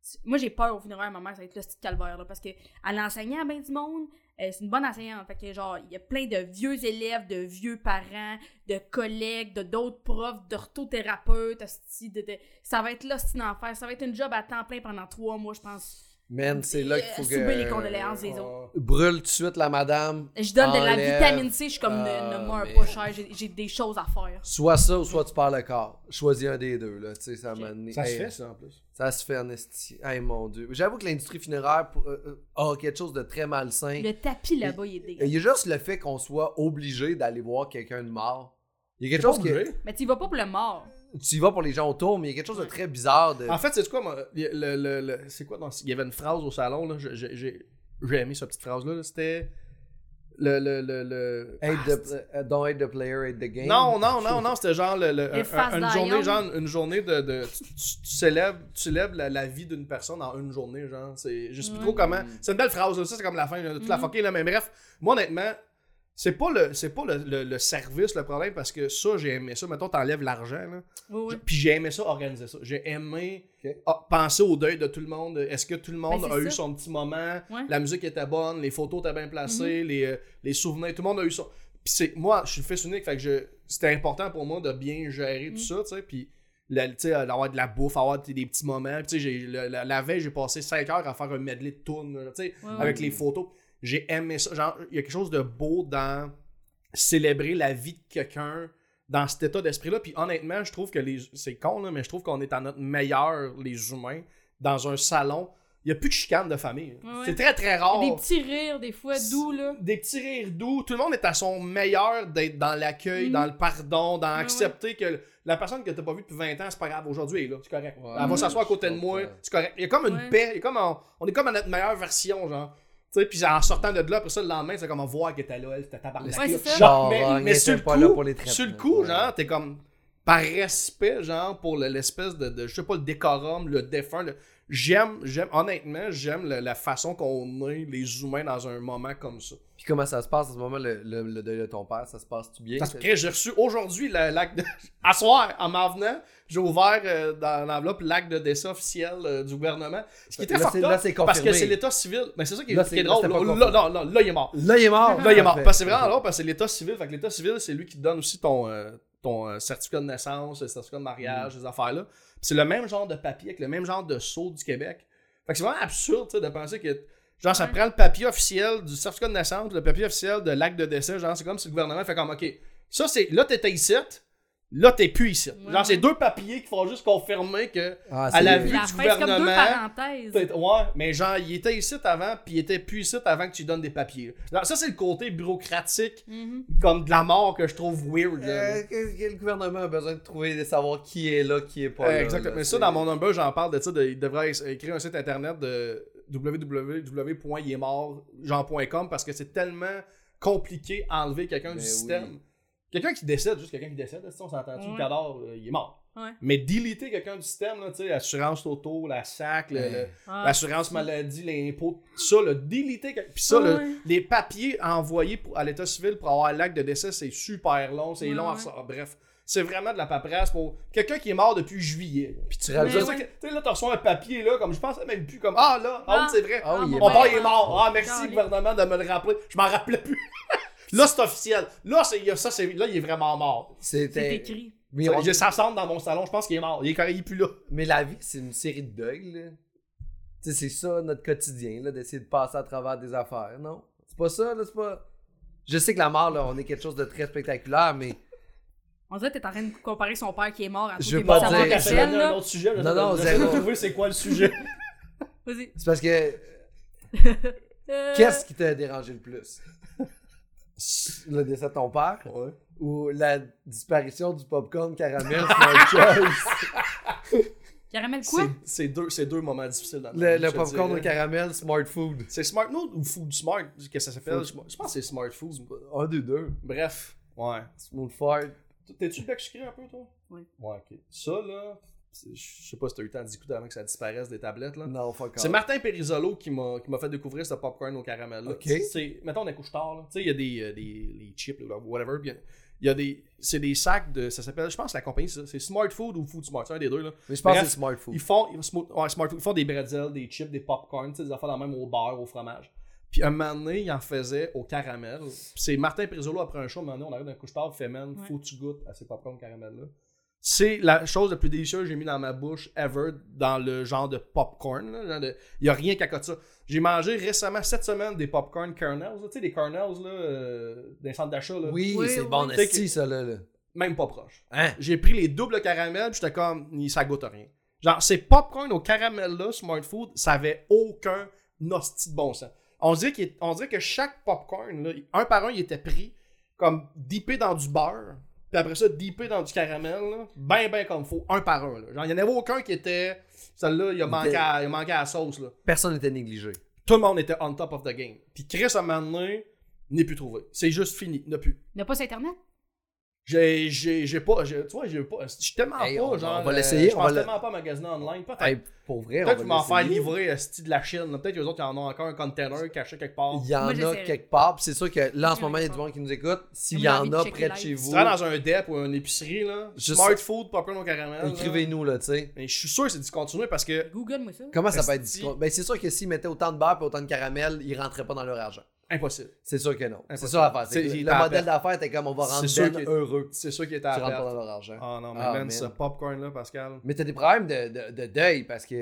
Speaker 7: C'est- Moi, j'ai peur au funéraire, ma mère, ça va être le style calvaire, là, parce qu'elle enseignait à bien du monde. euh, c'est une bonne enseignante. Fait que, genre, il y a plein de vieux élèves, de vieux parents, de collègues, de d'autres profs, d'orthothérapeutes, hostie, de, de- ça va être là, c'est une enfer. Ça va être une job à temps plein pendant trois mois, je pense.
Speaker 5: Man, c'est là qu'il
Speaker 7: Euh,
Speaker 5: faut que.
Speaker 7: souper les condoléances des autres.
Speaker 5: Brûle tout de suite la madame.
Speaker 7: Je donne de la
Speaker 5: Enlève.
Speaker 7: vitamine C, je suis comme, ne, ne
Speaker 5: Ah,
Speaker 7: meurs
Speaker 5: mais-
Speaker 7: pas cher, j'ai j'ai des choses à faire.
Speaker 5: Soit ça ou soit tu perds le corps. Choisis un des deux, là. Tu sais, ça m'a donné-
Speaker 6: Ça se
Speaker 5: Hey,
Speaker 6: fait, ça, en plus.
Speaker 5: Ça se fait, en esti. Hey, mon Dieu. J'avoue que l'industrie funéraire pour- euh, euh, a quelque chose de très malsain.
Speaker 7: Le tapis là-bas, il est
Speaker 5: Il
Speaker 7: dégueu.
Speaker 5: y a juste le fait qu'on soit obligé d'aller voir quelqu'un de mort. Il y a quelque
Speaker 6: Pas
Speaker 5: chose qui.
Speaker 6: obligé.
Speaker 7: Mais tu y vas pas pour le mort.
Speaker 5: Tu y vas pour les gens autour, mais il y a quelque chose de très bizarre. De...
Speaker 6: En fait, c'est quoi, moi, le- le- le- le- c'est quoi dans- il y avait une phrase au salon, là, je- je- j'ai j'ai aimé cette petite phrase-là, là, c'était le, le, le, le-
Speaker 5: Aide
Speaker 6: Ah,
Speaker 5: the- euh, don't hate the player, hate the game.
Speaker 6: Non, non, non, non, c'était genre le, le-
Speaker 7: Les
Speaker 6: un-
Speaker 7: faces
Speaker 6: un- une
Speaker 7: d'Iron.
Speaker 6: journée, genre une journée de, de- tu, tu- tu célèbres, tu célèbres la, la vie d'une personne en une journée, genre. C'est, je sais plus
Speaker 7: Ouais.
Speaker 6: trop comment. C'est une belle phrase là, ça, c'est comme la fin, là, toute la
Speaker 7: Mhm.
Speaker 6: fuckée là. Mais bref, moi honnêtement, c'est pas le, c'est pas le, le- le service le problème parce que ça j'ai aimé ça. Mettons t'enlèves l'argent là.
Speaker 7: Oui, oui.
Speaker 6: J- Puis j'ai aimé ça, organiser ça. J'ai aimé
Speaker 5: Ok.
Speaker 6: ah, penser au deuil de tout le monde. Est-ce que tout le monde
Speaker 7: Ben, c'est
Speaker 6: a eu
Speaker 7: ça.
Speaker 6: son petit moment?
Speaker 7: Ouais. Mhm.
Speaker 6: La musique était bonne, les photos étaient bien placées, les, euh, les souvenirs, tout le monde a eu ça. Puis c'est, moi, je suis fils unique, fait que je, c'était important pour moi de bien gérer tout ça,
Speaker 7: Mhm.
Speaker 6: tu sais, puis la- tu sais, avoir de la bouffe, avoir des des petits moments. Puis, tu sais, j'ai- la, la- la veille, j'ai passé 5 heures à faire un medley de tunes, là, tu sais,
Speaker 7: Ouais, ouais.
Speaker 6: avec les photos. J'ai aimé ça. Genre, il y a quelque chose de beau dans célébrer la vie de quelqu'un dans cet état d'esprit-là. Puis honnêtement, je trouve que les. C'est con, là, mais je trouve qu'on est à notre meilleur, les humains, dans un salon. Il n'y a plus de chicane de famille.
Speaker 7: Ouais, ouais.
Speaker 6: C'est très, très rare.
Speaker 7: Des petits rires, des fois, doux, là.
Speaker 6: Des petits rires doux. Tout le monde est à son meilleur d'être dans l'accueil,
Speaker 7: Mhm.
Speaker 6: dans le pardon, dans
Speaker 7: Ouais,
Speaker 6: accepter que la personne que tu pas vue depuis 20 ans, c'est pas grave, aujourd'hui elle est là, c'est correct.
Speaker 5: Ouais,
Speaker 6: elle va
Speaker 5: ouais,
Speaker 6: s'asseoir à
Speaker 5: je
Speaker 6: côté de moi,
Speaker 5: comprends.
Speaker 6: c'est correct. Il y a comme une
Speaker 7: Ouais.
Speaker 6: paix, il y a comme un- on est comme à notre meilleure version, genre. Tu sais, puis en sortant de là, après ça, le lendemain, c'est comme on voit qu'elle était là, elle était tabarnak.
Speaker 7: Ouais, c'est ça.
Speaker 6: Genre,
Speaker 5: Charogne,
Speaker 6: mais, mais
Speaker 5: elle
Speaker 6: sur
Speaker 5: hein, était
Speaker 6: le
Speaker 5: pas
Speaker 6: coup,
Speaker 5: là pour les traitements.
Speaker 6: sur le coup,
Speaker 5: Ouais.
Speaker 6: genre, t'es comme par respect, genre, pour le- l'espèce de, de- je sais pas, le décorum, le défunt, le- J'aime, j'aime, honnêtement, j'aime la, la façon qu'on est les humains dans un moment comme ça.
Speaker 5: Puis comment ça se passe en ce moment, le, le, le deuil de ton père? Ça se passe-tu bien?
Speaker 6: Parce que Chris, j'ai reçu aujourd'hui la- l'acte de. À soir, en m'en venant, j'ai ouvert euh, dans l'enveloppe l'acte de décès officiel euh, du gouvernement. Ce qui était
Speaker 5: Là,
Speaker 6: fucked
Speaker 5: c'est-
Speaker 6: up,
Speaker 5: là, c'est
Speaker 6: Parce que
Speaker 5: confirmé.
Speaker 6: c'est l'État civil. Mais c'est ça qui est,
Speaker 5: Là,
Speaker 6: qui
Speaker 5: c'est-
Speaker 6: est
Speaker 5: là,
Speaker 6: drôle.
Speaker 5: c'était pas
Speaker 6: Là,
Speaker 5: confirmé.
Speaker 6: non, non, là, il est mort.
Speaker 5: Là, il est mort!
Speaker 6: Là, il est mort.
Speaker 5: Parfait.
Speaker 6: Parce que c'est vraiment drôle, parce que c'est l'État civil. Fait que l'État civil, c'est lui qui te donne aussi ton, euh, ton euh, certificat de naissance, le certificat de mariage, ces affaires-là. Puis c'est le même genre de papier, avec le même genre de sceau du Québec. Fait que c'est vraiment absurde, tu sais, de penser que. Genre, ça
Speaker 3: Ouais.
Speaker 6: prend le papier officiel du certificat de naissance, le papier officiel de l'acte de décès. Genre, c'est comme si le gouvernement fait comme, OK, ça, c'est. Là, t'étais ici. Là, t'es plus ici.
Speaker 7: Ouais,
Speaker 6: Genre, c'est
Speaker 7: ouais.
Speaker 6: deux papiers qu'il faut juste confirmer que.
Speaker 5: Ah,
Speaker 6: À la
Speaker 5: c'est-
Speaker 6: vue
Speaker 7: La
Speaker 6: du
Speaker 7: fin, c'est comme deux
Speaker 6: gouvernement,
Speaker 7: parenthèses.
Speaker 6: Peut-être- Ouais, mais genre, il était ici avant, puis il était plus ici avant que tu donnes des papiers. Alors, ça, c'est le côté bureaucratique,
Speaker 7: Mhm.
Speaker 6: comme de la mort, que je trouve weird. là.
Speaker 5: Euh, qu'est-ce que le gouvernement a besoin de trouver, de savoir qui est là, qui est pas
Speaker 6: Euh,
Speaker 5: là?
Speaker 6: exactement.
Speaker 5: là,
Speaker 6: Mais
Speaker 5: c'est-
Speaker 6: ça, dans mon number, j'en parle de ça. de- il devrait es- écrire un site internet de www.iemortjean.com parce que c'est tellement compliqué à enlever quelqu'un
Speaker 5: Ben
Speaker 6: du
Speaker 5: oui.
Speaker 6: système. Quelqu'un qui décède, juste quelqu'un qui décède, là, si on s'entend-tu, le
Speaker 7: Ouais.
Speaker 6: cadavre, euh, il est mort.
Speaker 7: Ouais.
Speaker 6: Mais déliter quelqu'un du système, là, tu sais, assurance auto, la SAC, le-
Speaker 5: Ouais.
Speaker 6: le-
Speaker 7: Ah.
Speaker 6: l'assurance maladie, l'impôt, ça, le déliter. que- Puis ça,
Speaker 7: Ah,
Speaker 6: le-
Speaker 7: ouais.
Speaker 6: les papiers envoyés pour- à l'État civil pour avoir l'acte de décès, c'est super long, c'est
Speaker 7: Ouais,
Speaker 6: long à
Speaker 7: ouais.
Speaker 6: recevoir. Bref, c'est vraiment de la paperasse pour quelqu'un qui est mort depuis juillet.
Speaker 5: Puis tu
Speaker 6: Tu
Speaker 5: rajoutes.
Speaker 7: Mais
Speaker 6: sais
Speaker 7: ouais.
Speaker 6: que- tu sais, là, t'as reçu un papier, là, comme je pensais même plus, comme Ah, là, ah,
Speaker 7: Ah.
Speaker 6: oui, c'est vrai.
Speaker 5: Ah oui, il est
Speaker 6: Mon
Speaker 5: mort.
Speaker 6: père il est mort. Ah, merci,
Speaker 7: Calé.
Speaker 6: gouvernement, de me le rappeler. Je m'en rappelais plus. là, c'est officiel. Là, c'est, il y a ça, c'est, là, il est vraiment mort.
Speaker 7: C'est
Speaker 5: C'était.
Speaker 7: écrit.
Speaker 5: Mais,
Speaker 6: Ça,
Speaker 5: on-
Speaker 6: j'ai sa cendre dans mon salon, je pense qu'il est mort. Il est, correct, il est plus là.
Speaker 5: mais la vie, c'est une série de deuils, là. Tu sais, c'est ça notre quotidien, là, d'essayer de passer à travers des affaires, non? C'est pas ça, là, c'est pas. Je sais que la mort, là, on est quelque chose de très spectaculaire, mais.
Speaker 7: On dirait que t'es en train de comparer son père qui est mort à toi.
Speaker 5: Je
Speaker 7: t'es
Speaker 5: veux
Speaker 7: mort
Speaker 5: pas
Speaker 7: à
Speaker 5: dire-
Speaker 7: mort
Speaker 5: Marcel,
Speaker 6: Ça
Speaker 7: échelle,
Speaker 6: donne un
Speaker 7: là.
Speaker 6: autre sujet. Là,
Speaker 5: Non, non,
Speaker 6: J'essaie de
Speaker 5: zéro.
Speaker 6: trouver c'est quoi le sujet.
Speaker 7: Vas-y.
Speaker 5: C'est parce que.
Speaker 7: Euh,
Speaker 5: Qu'est-ce qui t'a dérangé le plus? Le décès de ton père ou la disparition du popcorn caramel sur un Choice?
Speaker 7: Caramel quoi?
Speaker 6: C'est, c'est deux, c'est deux moments difficiles dans
Speaker 5: Le,
Speaker 6: vie,
Speaker 5: le
Speaker 6: je te
Speaker 5: popcorn
Speaker 6: dirais.
Speaker 5: au caramel Smart Food.
Speaker 6: C'est Smart Note ou Food Smart que ça s'appelle.
Speaker 5: Food-
Speaker 6: Je je pense que c'est Smart Food.
Speaker 5: Un des deux.
Speaker 6: Bref. Ouais.
Speaker 5: Smooth fart.
Speaker 6: T'es-tu le bec sucré un peu, toi?
Speaker 7: Oui.
Speaker 6: Ouais, ok. Ça, là, c'est- je sais pas si t'as eu le temps d'écouter avant que ça disparaisse des tablettes, là.
Speaker 5: Non, fuck
Speaker 6: C'est
Speaker 5: off.
Speaker 6: Martin Perisolo qui m'a qui m'a fait découvrir ce popcorn au caramel. Là.
Speaker 5: Ok.
Speaker 6: C'est- c'est- Mettons, on accouche tard. là. Tu sais, il y a des, euh, des les chips, là, whatever. puis Il y a- il y a des. C'est des sacs de. Ça s'appelle. Je pense que la compagnie, c'est c'est Smart Food ou Food Smart. C'est un des deux. Là.
Speaker 5: Mais je pense
Speaker 6: Bref,
Speaker 5: que c'est Smart Food.
Speaker 6: Ils font, ils, smo- ouais, smart food, ils font des bretzels, des chips, des popcorn, tu sais, des affaires dans le même au beurre, au fromage. Puis un moment donné, ils en faisaient au caramel. Puis c'est Martin Perisolo après un show, un moment donné, on arrive d'un couche-tard, il fait man,
Speaker 7: Ouais.
Speaker 6: faut que tu goûtes à ces popcorn caramel-là. C'est la chose la plus délicieuse que j'ai mis dans ma bouche ever dans le genre de popcorn. là, genre de- Il n'y a rien qu'à côté de ça. J'ai mangé récemment, cette semaine, des popcorn kernels. là, Tu sais, des kernels là, euh, des centres d'achat. là.
Speaker 5: Oui,
Speaker 7: Oui,
Speaker 5: c'est
Speaker 7: oui.
Speaker 5: bon
Speaker 6: Tu sais
Speaker 5: esti,
Speaker 6: que-
Speaker 5: ça, là. là.
Speaker 6: Même pas proche.
Speaker 5: Hein?
Speaker 6: J'ai pris les doubles caramel, puis j'étais comme, ni- ça goûte à rien. Genre, ces popcorn au caramel là, Smart Food, ça avait aucun hostie de bon sens. On dirait, qu'il est- on dirait que chaque popcorn, là, un par un, il était pris, comme dippé dans du beurre, puis après ça, dippé dans du caramel, là, ben, ben comme faut, un par un. là. Genre, il n'y en avait aucun qui était, celle-là, il a manqué à, il a manqué à la sauce. Là
Speaker 5: Personne n'était négligé.
Speaker 6: tout le monde était on top of the game. Puis Chris, à un moment donné, n'est plus trouvé. C'est juste fini, n'a plus.
Speaker 7: Il n'a pas sur Internet?
Speaker 6: J'ai, j'ai, j'ai pas, j'ai- tu vois, j'ai pas, je suis tellement
Speaker 5: Hey,
Speaker 6: pas,
Speaker 5: on-
Speaker 6: genre,
Speaker 5: on va
Speaker 6: euh,
Speaker 5: l'essayer,
Speaker 6: je
Speaker 5: on
Speaker 6: pense
Speaker 5: va le-
Speaker 6: tellement pas magasiner online, peut-être.
Speaker 5: Hey, pour vrai,
Speaker 6: Peut-être
Speaker 5: on
Speaker 6: qu'ils
Speaker 5: va
Speaker 6: vont en faire
Speaker 5: l'essayer.
Speaker 6: livrer euh, style de la Chine. là. Peut-être que les autres, ils en ont encore un container caché quelque part.
Speaker 5: Il y en
Speaker 7: Moi,
Speaker 5: a
Speaker 7: j'essaierai.
Speaker 5: quelque part. puis c'est sûr que là, en ce
Speaker 7: Il y en a
Speaker 5: moment, il y a
Speaker 7: quelque
Speaker 5: du monde qui nous écoute. S'il
Speaker 7: On
Speaker 5: y
Speaker 7: a
Speaker 5: en
Speaker 7: envie de
Speaker 5: a
Speaker 7: checker
Speaker 5: près de
Speaker 7: live.
Speaker 5: chez
Speaker 6: Si
Speaker 5: vous,
Speaker 6: tu vas dans un dep ou une épicerie, là,
Speaker 5: Juste-
Speaker 6: smart food, popcorn au caramel. là.
Speaker 5: écrivez-nous, là, tu sais.
Speaker 6: Mais je suis sûr que c'est discontinué parce que,
Speaker 7: Google-moi ça.
Speaker 5: Comment ça peut être
Speaker 6: Esti.
Speaker 5: discount? Ben, c'est sûr que s'ils mettaient autant de beurre et autant de caramel, ils rentraient pas dans leur argent.
Speaker 6: impossible.
Speaker 5: C'est sûr que non. C'est
Speaker 6: Impossible.
Speaker 5: ça l'affaire. c'est
Speaker 6: Ah, C'est-
Speaker 5: que
Speaker 6: il est
Speaker 5: Le
Speaker 6: à
Speaker 5: modèle
Speaker 6: perte.
Speaker 5: d'affaires était comme on va rendre
Speaker 6: C'est sûr
Speaker 5: Ben
Speaker 6: qu'il-
Speaker 5: heureux.
Speaker 6: C'est sûr qu'il est
Speaker 5: Tu
Speaker 6: à la
Speaker 5: rentres pas
Speaker 6: perte.
Speaker 5: dans leur argent.
Speaker 6: Ah non, mais
Speaker 5: Ah, man.
Speaker 6: man, ce popcorn-là, Pascal.
Speaker 5: Mais t'as des problèmes de, de, de deuil parce que.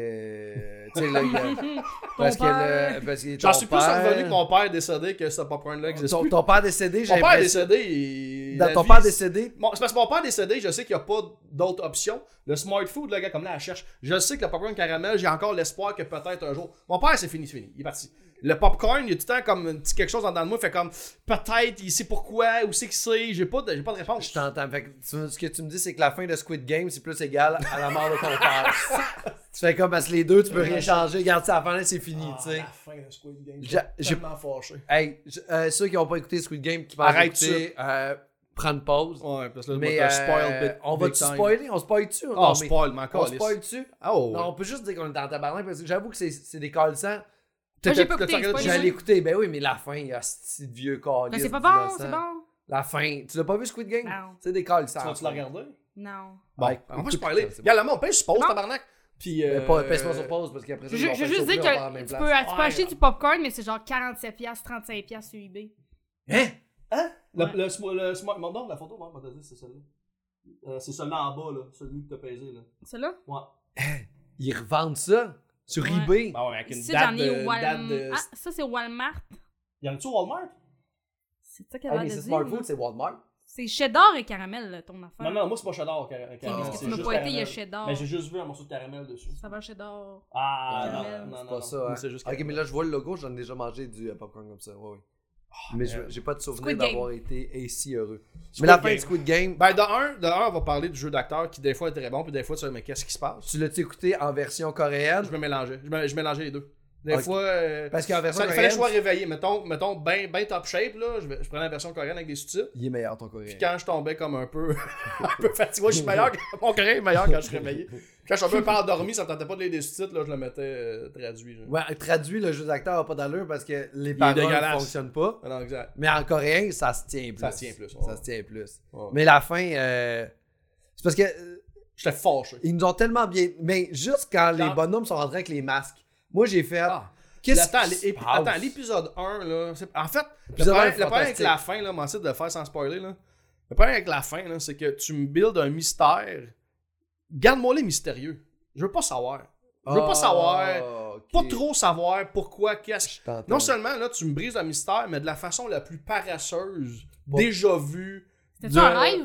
Speaker 5: Tu sais, là, il y a-
Speaker 6: euh,
Speaker 5: parce, que
Speaker 7: père.
Speaker 5: le, parce que.
Speaker 6: J'en
Speaker 5: ton
Speaker 6: suis plus
Speaker 5: père-
Speaker 6: revenu que mon père est décédé que ce popcorn-là existe.
Speaker 5: Ton,
Speaker 6: plus.
Speaker 5: ton père décédé, j'ai
Speaker 6: Mon père est
Speaker 5: l'impression.
Speaker 6: décédé. il-
Speaker 5: Dans
Speaker 6: la
Speaker 5: ton
Speaker 6: vie,
Speaker 5: père
Speaker 6: c'est-
Speaker 5: décédé,
Speaker 6: Bon, c'est parce que mon père est décédé, je sais qu'il n'y a pas d'autre option. Le smart food, le gars, comme là, elle cherche. Je sais que le popcorn caramel, j'ai encore l'espoir que peut-être un jour. Mon père, c'est fini, c'est fini. Il est parti. Le popcorn, il y a tout le temps comme un petit quelque chose en dedans de moi, fait comme peut-être, il sait pourquoi, où c'est qu'il sait, j'ai pas, de- j'ai pas de réponse.
Speaker 5: Je t'entends. Fait que tu- ce que tu me dis, c'est que la fin de Squid Game, c'est plus égal à la mort de ton père. tu fais comme parce que les deux, tu peux rien changer. Garde ça à la fin, là, c'est fini,
Speaker 6: Ah,
Speaker 5: tu sais.
Speaker 6: la fin de Squid Game.
Speaker 5: J'ai-
Speaker 6: J'ai tellement fâché.
Speaker 5: Hey, je- euh, ceux qui n'ont pas écouté Squid Game, qui m'ont
Speaker 6: Arrête
Speaker 5: écouté, euh, prends une pause.
Speaker 6: Ouais, parce que là,
Speaker 5: mais
Speaker 6: moi, t'as
Speaker 5: euh,
Speaker 6: spoil big-
Speaker 5: on
Speaker 6: big
Speaker 5: va-tu
Speaker 6: time.
Speaker 5: spoiler? On spoil-tu?
Speaker 6: Ah,
Speaker 5: Non, mais-
Speaker 6: spoil, mais
Speaker 5: On
Speaker 6: encore.
Speaker 5: spoil-tu?
Speaker 6: Oh,
Speaker 5: Non, on peut juste dire qu'on est dans tabarnak parce que j'avoue que c'est- c'est des colissants.
Speaker 7: Moi, j'ai pas écouté, c'est pas
Speaker 5: Je
Speaker 7: Spoiler.
Speaker 5: l'ai écouté, ben oui, mais la fin, il y a ce petit vieux calice.
Speaker 7: Mais Ben, c'est pas bon,
Speaker 5: d'innocent.
Speaker 7: c'est bon.
Speaker 5: La fin. Tu l'as pas vu Squid Game?
Speaker 7: Non.
Speaker 5: C'est des colissants.
Speaker 6: Tu vas-tu la regarder?
Speaker 7: Non.
Speaker 6: Bon,
Speaker 5: Ouais,
Speaker 6: on va
Speaker 5: écoute,
Speaker 6: spoiler.
Speaker 5: c'est bon.
Speaker 6: Y'a la main, on pèse, je pose,
Speaker 7: Non.
Speaker 6: tabarnak. Puis.
Speaker 5: Mais
Speaker 6: euh,
Speaker 5: pas, pèse pas sur pause parce qu'après
Speaker 7: Je
Speaker 5: ça,
Speaker 7: veux
Speaker 5: ils vont
Speaker 7: juste
Speaker 5: faire
Speaker 7: dire
Speaker 5: ça, on va à la
Speaker 7: que
Speaker 5: même
Speaker 7: tu
Speaker 5: place.
Speaker 7: peux, tu peux
Speaker 6: Ah, Ouais.
Speaker 7: acheter du popcorn, mais c'est genre 47$, 35$ sur eBay.
Speaker 5: Hein?
Speaker 6: Le,
Speaker 7: Ouais.
Speaker 6: le, spo- le spo- non, non, la photo, moi, on m'a dit, c'est celle-là. Euh, c'est celui-là en bas, là, celui que t'as pesé, là.
Speaker 7: Celui-là?
Speaker 6: Ouais.
Speaker 5: Ils revendent ça sur
Speaker 7: Ouais.
Speaker 5: eBay.
Speaker 6: Bah ouais, avec une
Speaker 7: Ici,
Speaker 6: date
Speaker 7: j'en ai
Speaker 6: de,
Speaker 7: au
Speaker 6: une date de...
Speaker 7: Walmart. Ah, ça, c'est Walmart.
Speaker 6: Y'en a-tu au Walmart?
Speaker 7: C'est ça
Speaker 5: Ah,
Speaker 7: qu'elle a
Speaker 5: mais
Speaker 7: l'air de
Speaker 5: c'est
Speaker 7: dire.
Speaker 5: Smart
Speaker 7: moi.
Speaker 5: Food, c'est Walmart.
Speaker 7: C'est cheddar et caramel, là, ton affaire.
Speaker 6: Non, non, moi, c'est pas cheddar, car- caramel,
Speaker 7: Ok, parce
Speaker 6: c'est
Speaker 7: que tu m'as
Speaker 6: juste
Speaker 7: pas été, il y
Speaker 6: caramel.
Speaker 7: a
Speaker 6: Ben,
Speaker 7: cheddar.
Speaker 6: Mais j'ai juste vu un morceau de caramel dessus.
Speaker 7: Ça va cheddar.
Speaker 6: Ah,
Speaker 7: Caramel.
Speaker 6: non, non, non.
Speaker 5: C'est
Speaker 6: non.
Speaker 5: pas ça.
Speaker 6: Moi,
Speaker 5: hein.
Speaker 6: c'est juste
Speaker 5: Ok,
Speaker 6: caramel.
Speaker 5: mais là, je vois le logo, j'en ai déjà mangé du euh, popcorn comme ça. Ouais, ouais. mais je-
Speaker 6: merde.
Speaker 5: j'ai pas de souvenir
Speaker 7: Squid Game.
Speaker 5: d'avoir été ainsi heureux.
Speaker 6: Squid
Speaker 5: mais la fin
Speaker 6: Game.
Speaker 5: de Squid Game,
Speaker 6: Ben, de un, de un, on va parler du jeu d'acteur qui, des fois, est très bon, puis des fois, tu sais, mais qu'est-ce qui se passe?
Speaker 5: tu l'as-tu écouté en version coréenne?
Speaker 6: Je me mélangeais. Je, me- je mélangeais les deux. Des
Speaker 5: Ok.
Speaker 6: fois. euh,
Speaker 5: Parce qu'en version
Speaker 6: ça- il fallait
Speaker 5: coréenne,
Speaker 6: que je sois réveillé. Mettons, mettons ben, ben top shape, là. Je, vais- je prenais la version coréenne avec des sous-titres.
Speaker 5: il est meilleur ton
Speaker 6: Puis
Speaker 5: coréen.
Speaker 6: quand je tombais comme un peu, un peu fatigué, je suis meilleur. que- Mon coréen est meilleur quand je suis réveillé. Quand je suis un peu, un peu endormi, ça me tentait pas de lire des sous-titres, là. Je le mettais euh, traduit. genre.
Speaker 5: Ouais, traduit, le jeu d'acteur a pas d'allure parce que les paroles
Speaker 6: dégueulasse.
Speaker 5: fonctionnent pas.
Speaker 6: Ah Non, exact.
Speaker 5: Mais en coréen, ça se tient plus.
Speaker 6: Ça se tient plus, ouais.
Speaker 5: Ça se tient plus.
Speaker 6: Ouais.
Speaker 5: Mais la fin, euh, c'est parce que euh,
Speaker 6: J'étais fâché.
Speaker 5: ils nous ont tellement bien. Mais juste quand les
Speaker 6: Dans-
Speaker 5: bonhommes sont rentrés avec les masques, moi j'ai fait.
Speaker 6: Ah.
Speaker 5: Qu'est-ce
Speaker 6: Attends,
Speaker 5: qui se
Speaker 6: l'ép-
Speaker 5: passe?
Speaker 6: attends, l'épisode 1, là. c'est- En fait, le
Speaker 5: L'épisode un est
Speaker 6: problème, le problème avec
Speaker 5: fantastique.
Speaker 6: la fin, là, mon site de faire sans spoiler, là. Le problème avec la fin, là, c'est que tu me builds un mystère. Garde-moi les mystérieux. Je veux pas savoir. Je veux pas savoir.
Speaker 5: Ah, ok.
Speaker 6: Pas trop savoir pourquoi, qu'est-ce.
Speaker 5: Je t'entends.
Speaker 6: Non seulement, là, tu me brises le mystère, mais de la façon la plus paresseuse,
Speaker 5: Bon.
Speaker 6: déjà vue.
Speaker 7: C'était-tu
Speaker 6: de-
Speaker 7: un rêve?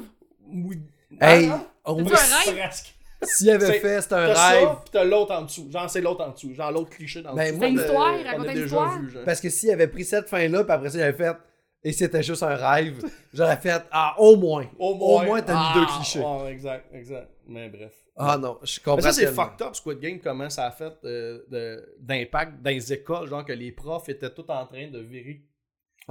Speaker 6: Oui.
Speaker 5: Hey,
Speaker 6: Ah,
Speaker 5: on-
Speaker 7: T'as-tu un rêve?
Speaker 6: presque.
Speaker 5: s'il avait
Speaker 6: C'est-
Speaker 5: fait, c'est un
Speaker 6: T'as ça,
Speaker 5: rêve.
Speaker 6: pis t'as l'autre en dessous. Genre, c'est l'autre en dessous. Genre, l'autre cliché dans le
Speaker 5: Ben,
Speaker 6: dessous.
Speaker 5: moi, Ben,
Speaker 7: C'était une
Speaker 5: le-
Speaker 7: histoire,
Speaker 6: On a
Speaker 7: raconter une
Speaker 6: déjà
Speaker 7: histoire.
Speaker 6: vu, genre.
Speaker 5: Parce que s'il avait pris cette fin-là, puis après ça, il avait fait. Et c'était juste un rêve, j'aurais fait. Ah, au moins.
Speaker 6: Au moins,
Speaker 5: t'as
Speaker 6: Ah,
Speaker 5: mis deux clichés.
Speaker 6: ouais, exact, exact. Mais bref.
Speaker 5: Ah non, je
Speaker 6: Mais
Speaker 5: comprends.
Speaker 6: ça, c'est
Speaker 5: tellement.
Speaker 6: fucked up, Squid Game, comment ça a fait euh, de- d'impact dans les écoles, genre que les profs étaient tous en train de virer.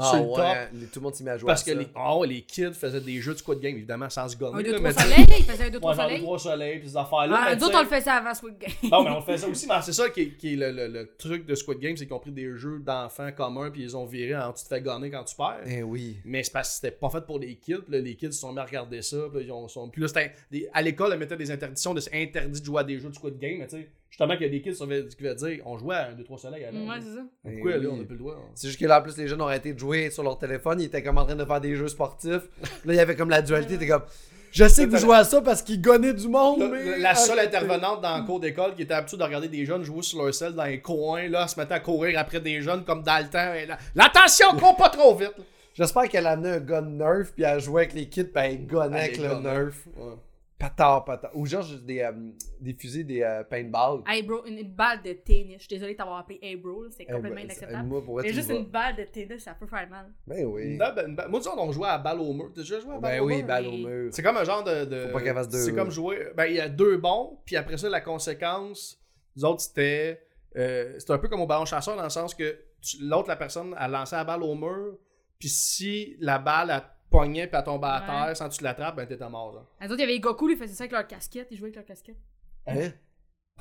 Speaker 5: Ah
Speaker 6: sur le
Speaker 5: ouais, les- tout le monde s'est mis à jouer.
Speaker 6: parce
Speaker 5: à
Speaker 6: que
Speaker 5: ça.
Speaker 6: les, oh, les kids faisaient des jeux de Squid Game, évidemment, sans se gonner.
Speaker 7: Un, deux,
Speaker 6: Ah là,
Speaker 7: trois
Speaker 6: mais-
Speaker 7: soleils? Il faisait un, deux,
Speaker 6: Ouais,
Speaker 7: trois
Speaker 6: genre les
Speaker 7: soleils?
Speaker 6: trois soleils, puis ces affaires-là.
Speaker 7: Ah,
Speaker 6: mais
Speaker 7: Nous
Speaker 6: tu sais- Ah
Speaker 7: autres, on le faisait avant Squid Game.
Speaker 6: Non, mais on le faisait aussi, mais c'est ça qui est, qui est le, le- le truc de Squid Game, c'est qu'ils ont pris des jeux d'enfants communs, puis ils ont viré en tu te fais gonner quand tu perds.
Speaker 5: Eh oui.
Speaker 6: Mais c'est parce que c'était pas fait pour les kids. Puis là, les kids se sont mis à regarder ça. Puis là, ils ont, sont, puis là, c'était des- à l'école, ils mettaient des interdictions de interdit de jouer à des jeux de Squid Game. Mais tu sais, justement, qu'il y a des kids qui avaient- qui veulent dire on jouait à un 2-3 soleil. à l'heure.
Speaker 7: Ouais, c'est ça.
Speaker 5: Eh
Speaker 6: Pourquoi
Speaker 5: oui.
Speaker 6: là, on n'a plus le droit hein?
Speaker 5: C'est juste que là, en plus, les jeunes ont arrêté de jouer sur leur téléphone. Ils étaient comme en train de faire des jeux sportifs. Là, il y avait comme la dualité. T'es comme, je sais que vous jouez à ça parce qu'ils gonnaient du monde,
Speaker 6: Là,
Speaker 5: mais.
Speaker 6: La seule
Speaker 5: arrêtez.
Speaker 6: intervenante dans le cours d'école qui était habituée de regarder des jeunes jouer sur leur selle dans les coins, là, elle se mettait à courir après des jeunes comme dans le temps. et là, L'attention, cours pas trop vite!
Speaker 5: J'espère qu'elle a amené un gun nerf, puis elle jouait avec les kids, puis elle gonnait avec
Speaker 6: Elle
Speaker 5: le
Speaker 6: gonnait.
Speaker 5: nerf.
Speaker 6: Ouais.
Speaker 5: Patard, patard. Ou genre, juste des, euh, des fusils, des euh, paintballs.
Speaker 7: Hey bro, une, une balle de tennis. Je suis désolée de t'avoir appelé Hey bro, là, Ah, c'est
Speaker 5: Eh,
Speaker 7: complètement
Speaker 5: ben,
Speaker 7: inacceptable.
Speaker 5: Moi, pour
Speaker 7: Mais
Speaker 5: être
Speaker 7: juste une balle de tennis, ça peut faire mal.
Speaker 5: Ben
Speaker 6: Une
Speaker 5: oui.
Speaker 6: balle- une balle- Moi, disons, on jouait à balle au mur. T'as déjà joué à balle
Speaker 5: Ben
Speaker 6: au
Speaker 5: oui,
Speaker 6: mur?
Speaker 5: balle au
Speaker 7: mais-
Speaker 5: mur.
Speaker 6: C'est comme un genre de. de-
Speaker 5: Faut pas qu'elle fasse deux.
Speaker 6: C'est comme jouer. Ben, il y a deux bons, puis après ça, la conséquence, nous autres, c'était. euh, c'était un peu comme au ballon chasseur, dans le sens que tu- l'autre, la personne, a lancé la balle au mur, puis si la balle, elle te pognait, puis elle tombait à
Speaker 7: Ouais.
Speaker 6: terre, sans que tu l'attrapes, ben, t'étais mort. là.
Speaker 7: Les autres, il y avait Goku, ils faisaient ça avec leur casquette. Ils jouaient avec leur casquette.
Speaker 5: Hein?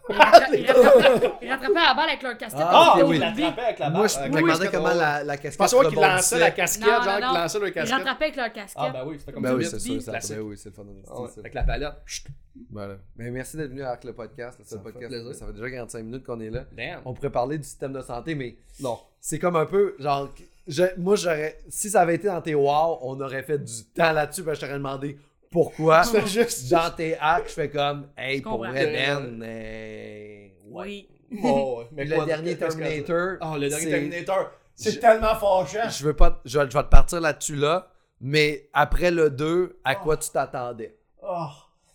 Speaker 7: Ils rattrapaient, ils
Speaker 6: Ah,
Speaker 7: rattrapaient- ils rattrapaient la balle avec leur casquette.
Speaker 5: Ah,
Speaker 7: Ils
Speaker 5: ok,
Speaker 7: ont
Speaker 5: oui.
Speaker 6: il
Speaker 7: oublié.
Speaker 6: l'attrapait avec la balle.
Speaker 5: Moi, je me
Speaker 6: avec la
Speaker 5: demandais
Speaker 6: casquette.
Speaker 5: comment la, la
Speaker 6: Je
Speaker 5: casquette
Speaker 6: pensais qu'il lançait
Speaker 5: rebondissait.
Speaker 6: la casquette,
Speaker 7: Non,
Speaker 6: genre,
Speaker 7: non,
Speaker 6: qu'il lançait le
Speaker 7: Ils
Speaker 6: casquette.
Speaker 7: rattrapaient avec leur casquette.
Speaker 6: Ah, ben oui, c'était comme
Speaker 5: Ben
Speaker 6: du
Speaker 5: oui,
Speaker 6: vite,
Speaker 5: c'est sûr, ça.
Speaker 6: classique.
Speaker 5: Ben oui, c'est le fun.
Speaker 6: Ah ouais,
Speaker 5: c'est
Speaker 6: Avec la palette. Chut,
Speaker 5: Voilà. Mais Ben, merci d'être venu avec le podcast. C'est
Speaker 6: Ça
Speaker 5: le
Speaker 6: me fait
Speaker 5: podcast.
Speaker 6: plaisir.
Speaker 5: Ça fait déjà 45 minutes qu'on est là.
Speaker 6: Damn.
Speaker 5: On pourrait parler du système de santé, mais
Speaker 6: Non.
Speaker 5: c'est comme un peu genre. je- moi, j'aurais. Si ça avait été dans tes wow, on aurait fait du temps là-dessus, parce que je t'aurais demandé pourquoi.
Speaker 6: C'était juste-
Speaker 5: Dans tes hacks, je fais comme, hey, pour
Speaker 7: comprends.
Speaker 5: vrai, Ben, euh, ouais.
Speaker 7: Oui.
Speaker 6: Oh, ouais. Mais
Speaker 5: Puis le
Speaker 6: quoi,
Speaker 5: dernier
Speaker 6: qu'est-ce que-
Speaker 5: Terminator.
Speaker 6: Oh, le dernier
Speaker 5: c'est-
Speaker 6: Terminator. C'est
Speaker 5: Je-
Speaker 6: tellement fâchant.
Speaker 5: Je veux pas. Je, vais- je vais te partir là-dessus, là. Mais après le 2, à quoi tu t'attendais?
Speaker 6: Oh.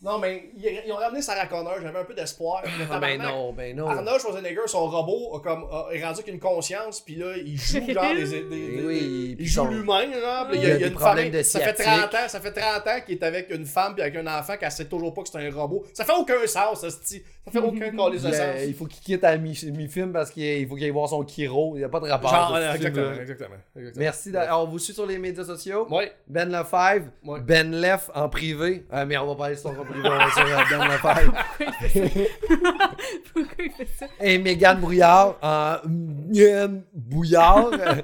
Speaker 6: Non, mais ils, ils ont ramené Sarah Connor, j'avais un peu d'espoir. Le
Speaker 5: Ah, ben
Speaker 6: tabarnak,
Speaker 5: non, ben non.
Speaker 6: Arnold Schwarzenegger, son robot, a comme, a- est rendu avec une conscience, puis là, il joue genre des. des- des-
Speaker 5: Eh oui,
Speaker 6: des- il
Speaker 5: puis
Speaker 6: joue
Speaker 5: son-
Speaker 6: lui-même, genre. puis
Speaker 5: Il
Speaker 6: il y a,
Speaker 5: a
Speaker 6: il y
Speaker 5: des
Speaker 6: a une
Speaker 5: problèmes
Speaker 6: famille.
Speaker 5: de
Speaker 6: ça fait
Speaker 5: sciatique.
Speaker 6: 30 ans, ça fait 30 ans qu'il est avec une femme puis avec un enfant qu'elle sait toujours pas que c'est un robot, que c'est un robot. Ça fait aucun sens, ça, Ça fait aucun calice
Speaker 5: Il,
Speaker 6: de sens.
Speaker 5: euh, il faut qu'il quitte à mi- mi-film parce qu'il il faut qu'il aille voir son Kiro. Il n'y a pas de rapport.
Speaker 6: Genre,
Speaker 5: de
Speaker 6: euh,
Speaker 5: film,
Speaker 6: exactement,
Speaker 5: là.
Speaker 6: exactement, exactement.
Speaker 5: Merci. d'a- Alors, on vous suit sur les médias sociaux.
Speaker 6: Ouais,
Speaker 5: Ben Lefebvre,
Speaker 6: Ouais.
Speaker 5: Ben Lef en privé. Ah, mais on va parler de son compte privé, on va sur euh, Ben Lefebvre.
Speaker 7: Pourquoi il fait ça?
Speaker 5: Et Mégane Brouillard en Mégane Bouillard euh,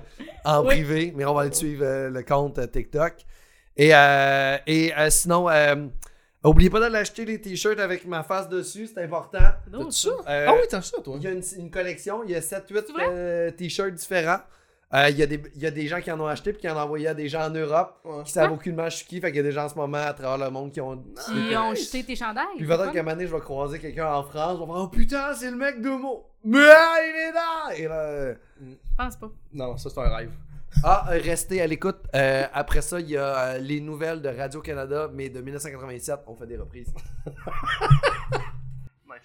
Speaker 5: en
Speaker 7: Oui.
Speaker 5: privé. Mais on va aller suivre euh, le compte euh, TikTok. Et, euh, et euh, sinon, euh, oubliez pas d'aller acheter les t-shirts avec ma face dessus, c'est important.
Speaker 7: Non,
Speaker 6: t'as-tu ça?
Speaker 5: Euh,
Speaker 6: ah oui, t'as ça, toi.
Speaker 5: Il y a une, une collection, il y a 7-8
Speaker 7: C'est vrai?
Speaker 5: t-shirts différents. Euh, il, y a des, il y a des gens qui en ont acheté puis qui en ont envoyé à des gens en Europe
Speaker 6: Ouais.
Speaker 5: qui savent aucunement je suis qui. Fait qu'il y a des gens en ce moment à travers le monde qui ont.
Speaker 7: Ils ont jeté tes chandails.
Speaker 5: Puis
Speaker 7: c'est
Speaker 5: peut-être
Speaker 7: fun.
Speaker 5: qu'à un moment donné, je vais croiser quelqu'un en France, on va faire Oh putain, c'est le mec de mots! Mais ah, il est là! Et là,
Speaker 7: Je pense pas.
Speaker 6: Non, ça, c'est un rêve.
Speaker 5: Ah, euh, restez à l'écoute. Euh, après ça, il y a euh, les nouvelles de Radio-Canada, mais de 1987, on fait des reprises.
Speaker 1: Nice.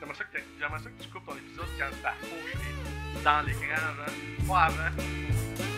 Speaker 1: J'aimerais ça, que t'a- j'aimerais ça que tu coupes ton épisode quand le parcours est dans l'écran, genre. Pas avant.